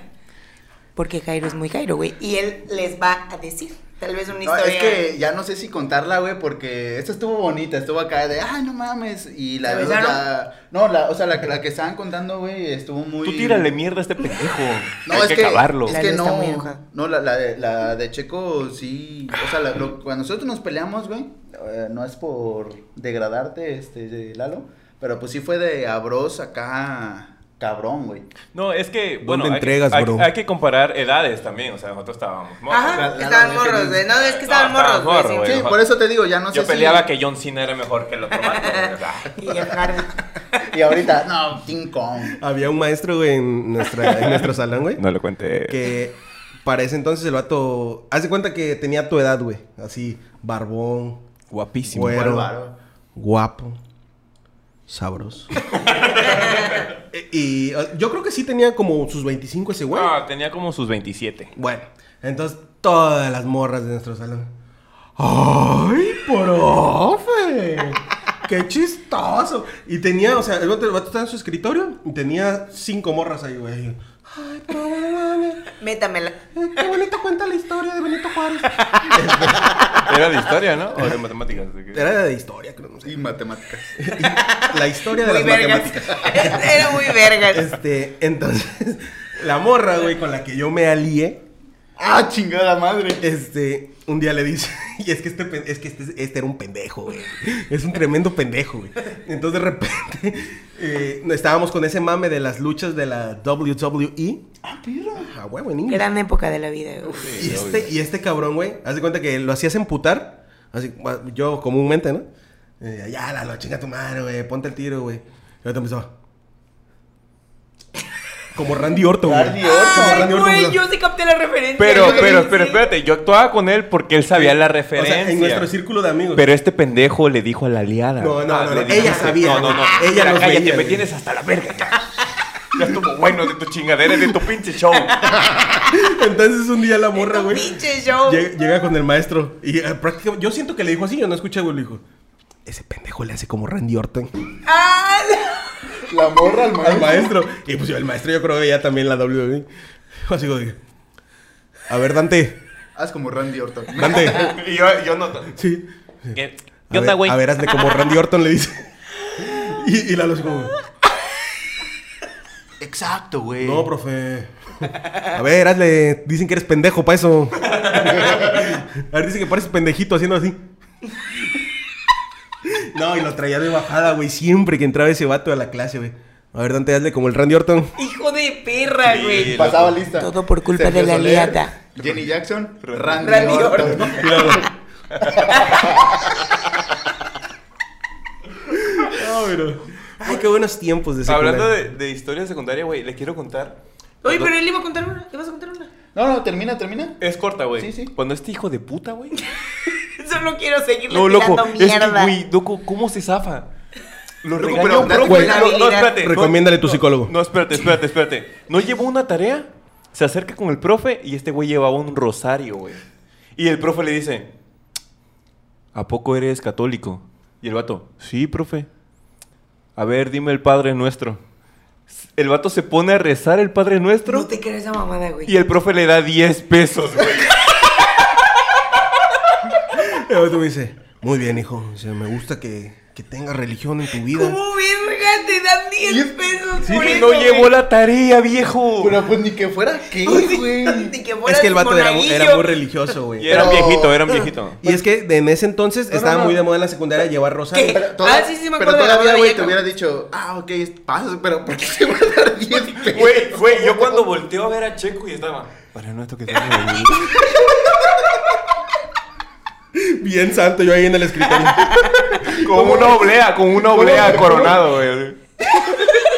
Porque Jairo es muy Jairo, güey. Y él les va a decir. Tal vez una No, historia. es que ya no sé si contarla, güey, porque esta estuvo bonita, estuvo acá de, ay, no mames, y la ¿Se de besaron? la- no, la, o sea, la, que- la que estaban contando, güey, estuvo muy... Tú tírale mierda a este pendejo. No, Hay es que, que, acabarlo. Es La que Lu está no, muy enojada. no, la, la de, la de Checo, sí, o sea, la- lo- cuando nosotros nos peleamos, güey, eh, no es por degradarte, este, de Lalo, pero pues sí fue de abros acá, cabrón, güey. No, es que, bueno, ¿Dónde hay, que- entregas, hay- bro? hay que comparar edades también. O sea, nosotros estábamos. morros. Ajá, la- la- estaban la- morros, güey. No, es que estaban No, estaban morros, güey. morros, sí. güey. Sí, Bueno, por eso te digo, ya no sé Yo si- peleaba que John Cena era mejor que el otro. vato, güey, o sea. Y el Jairo. Y ahorita, no, King Kong. Había un maestro, güey, en, nuestra, en nuestro salón, güey. No lo cuente. Que para ese entonces el vato. Haz de cuenta que tenía tu edad, güey. Así, barbón, Guapísimo. güero, bárbaro. guapo, sabroso. y, y, eh, yo creo que sí tenía como sus 25 ese güey. Ah, tenía como sus 27. Bueno, entonces todas las morras de nuestro salón. ¡Ay, profe! ¡Qué chistoso! Y tenía, o sea, el vato, el vato estaba en su escritorio y tenía cinco morras ahí, güey. ¡Ay, profe, no mames! Métamela. Eh, ¡Qué bonito cuenta la historia de Benito Juárez! Era de historia, ¿no? O de matemáticas. así que- Era de historia, creo, no sé. Y matemáticas. La historia de Muy las vergas. matemáticas. Era muy vergas. Este, entonces, la morra, güey, con la que yo me alié, Ah, chingada madre. Este, un día le dice, y es que este, pen- es que este, este era un pendejo, güey. Es un tremendo pendejo, güey. Entonces de repente eh, estábamos con ese mame de las luchas de la WWE. Ah, perro. A huevo, en inglés. Gran época de la vida, güey. Y este, y este cabrón, güey, haz de cuenta que lo hacías emputar. Así, bueno, yo comúnmente, ¿no? Eh, ya, la, chinga tu madre, güey. Ponte el tiro, güey. Y ahorita empezó. Como Randy Orton, güey. Randy Orton. Como Ay, güey, güey. yo sí capté la referencia. Pero, güey. pero, Sí. pero espérate, yo actuaba con él porque él sabía la O referencia. sea, en nuestro círculo de amigos. Pero este pendejo le dijo a la aliada. No, no, Ah, no, le no, dijo- ella sabía. No, no, no. Ella Ya nos cállate, veía, me güey. tienes hasta la verga. Ya, Ya estuvo bueno de tu chingadera, y de tu pinche show. Entonces un día la morra, Tu güey. pinche show. Llega, llega con el maestro y eh, prácticamente. Yo siento que le dijo así, yo no escuché, güey. Le dijo: Ese pendejo le hace como Randy Orton Ah, La morra al al maestro. Y pues yo, el maestro, yo creo que ya también la WWE. Así como dije: A ver, Dante. Haz Ah, como Randy Orton. Dante. y yo, yo no. Sí. ¿Qué, qué A ver- onda, güey? A ver, hazle como Randy Orton le dice. Y, y la luz como: Exacto, güey. No, profe. A ver, hazle. Dicen que eres pendejo para eso. A ver, dicen que pareces pendejito haciendo así. No, y lo traía de bajada, güey. Siempre que entraba ese vato a la clase, güey. A ver, Dante, hazle como el Randy Orton. hijo de perra, Sí, güey. Pasaba lista. Todo por culpa de la Soler, aliada. Jenny Jackson, Randy, Randy Orton. Orton. Y luego- No, pero- Ay, qué buenos tiempos de secundaria. Hablando de, de historia secundaria, güey, le quiero contar. Oye, pero él iba a contar una. ¿Ibas a contar una? No, no, termina, termina. Es corta, güey. Sí, sí. Cuando este hijo de puta, güey. Solo quiero seguirle No, loco. tirando Es que, mierda. güey, loco, ¿cómo se zafa? Lo Loco, regañó, pero pues, pero, güey, date una no, no, habilidad. espérate. no, Recomiéndale a tu no, psicólogo. No, espérate, espérate, espérate. No llevó una tarea, se acerca con el profe y este güey llevaba un rosario, güey. Y el profe le dice, ¿a poco eres católico? Y el vato, sí, profe. A ver, dime el Padre Nuestro. El vato se pone a rezar el Padre Nuestro No te creas esa mamada, güey. y el profe le da 10 pesos, güey. Y luego tú me dice: Muy bien, hijo. Dice, me gusta que, que tengas religión en tu vida. ¿Cómo verga te dan 10 pesos Sí, por eso, no güey? llevó la tarea, viejo. Pero pues ni que fuera qué, güey. Ni que Es fueras que el vato era, mu- era monaguillo. muy religioso, güey. Y era un Pero- viejito, era un viejito. Y es que de- en ese entonces no, estaba no. muy de moda en la secundaria llevar rosario. ¿Qué? Pero toda- Ah, sí, sí, me pero acuerdo de la todavía, boda güey, llena. te hubiera dicho, ah, ok, pasas, pero ¿por qué se va a dar 10 pesos? Güey, güey, yo cuando vol- volteó a ver a Checo y estaba. Para no esto que tengo Bien santo, yo ahí en el escritorio. Con una oblea, con una oblea coronado, güey.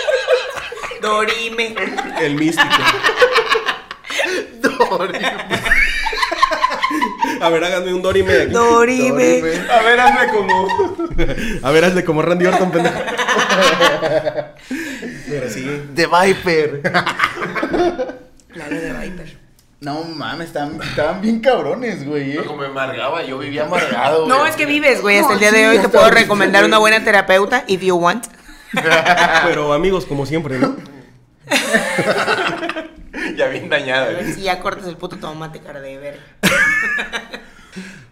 Dorime. El místico. A ver, háganme un Dorime de aquí. Dorime. A ver, hazme como. A ver, hazle como Randy Orton, pendejo. Pero sí. De Viper. La de Viper. No mames, estaban, estaban bien cabrones, güey. eh. Como me amargaba, yo vivía amargado, No, güey. es que vives, güey. Hasta el día No, de sí, hoy te hasta puedo ahorita, recomendar güey. una buena terapeuta, if you want. Pero amigos, como siempre, ¿no? Ya bien dañado, A ver si ya cortas el puto tomate, cara de ver.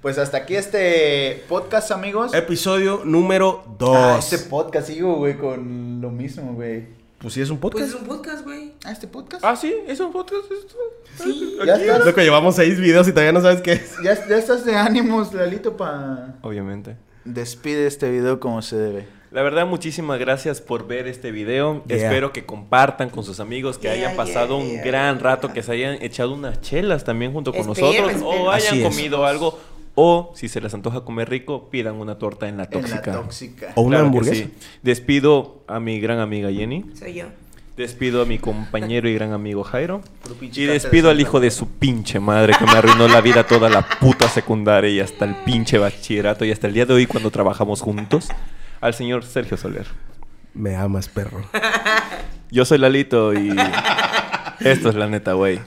Pues hasta aquí este podcast, amigos. Eh, Episodio número 2. Ah, este podcast sigo, güey, con lo mismo, güey. Pues sí, es un Pues podcast. es un podcast, güey. Ah, este podcast. Ah, sí, es un podcast esto. Sí. Pues ya, estás, Loco, llevamos seis videos y todavía no sabes qué es. ya, ya estás de ánimos, Lalito, pa... Obviamente. Despide este video como se debe. La verdad, muchísimas gracias por ver este video. Yeah. Espero que compartan con sus amigos, que Yeah, hayan yeah, pasado un yeah. gran rato, que se hayan echado unas chelas también junto con Espero, nosotros, espero. o hayan Así es. comido algo, o si se les antoja comer rico, pidan una torta en la tóxica. En la tóxica. O una Claro que hamburguesa. sí. Despido a mi gran amiga Jenny. Soy yo. Despido a mi compañero y gran amigo Jairo. Puro pinche Y cáncer despido de al sangre. hijo de su pinche madre que me arruinó la vida toda la puta secundaria y hasta el pinche bachillerato y hasta el día de hoy cuando trabajamos juntos. Al señor Sergio Soler. Me amas, perro. Yo soy Lalito y esto es la neta, güey.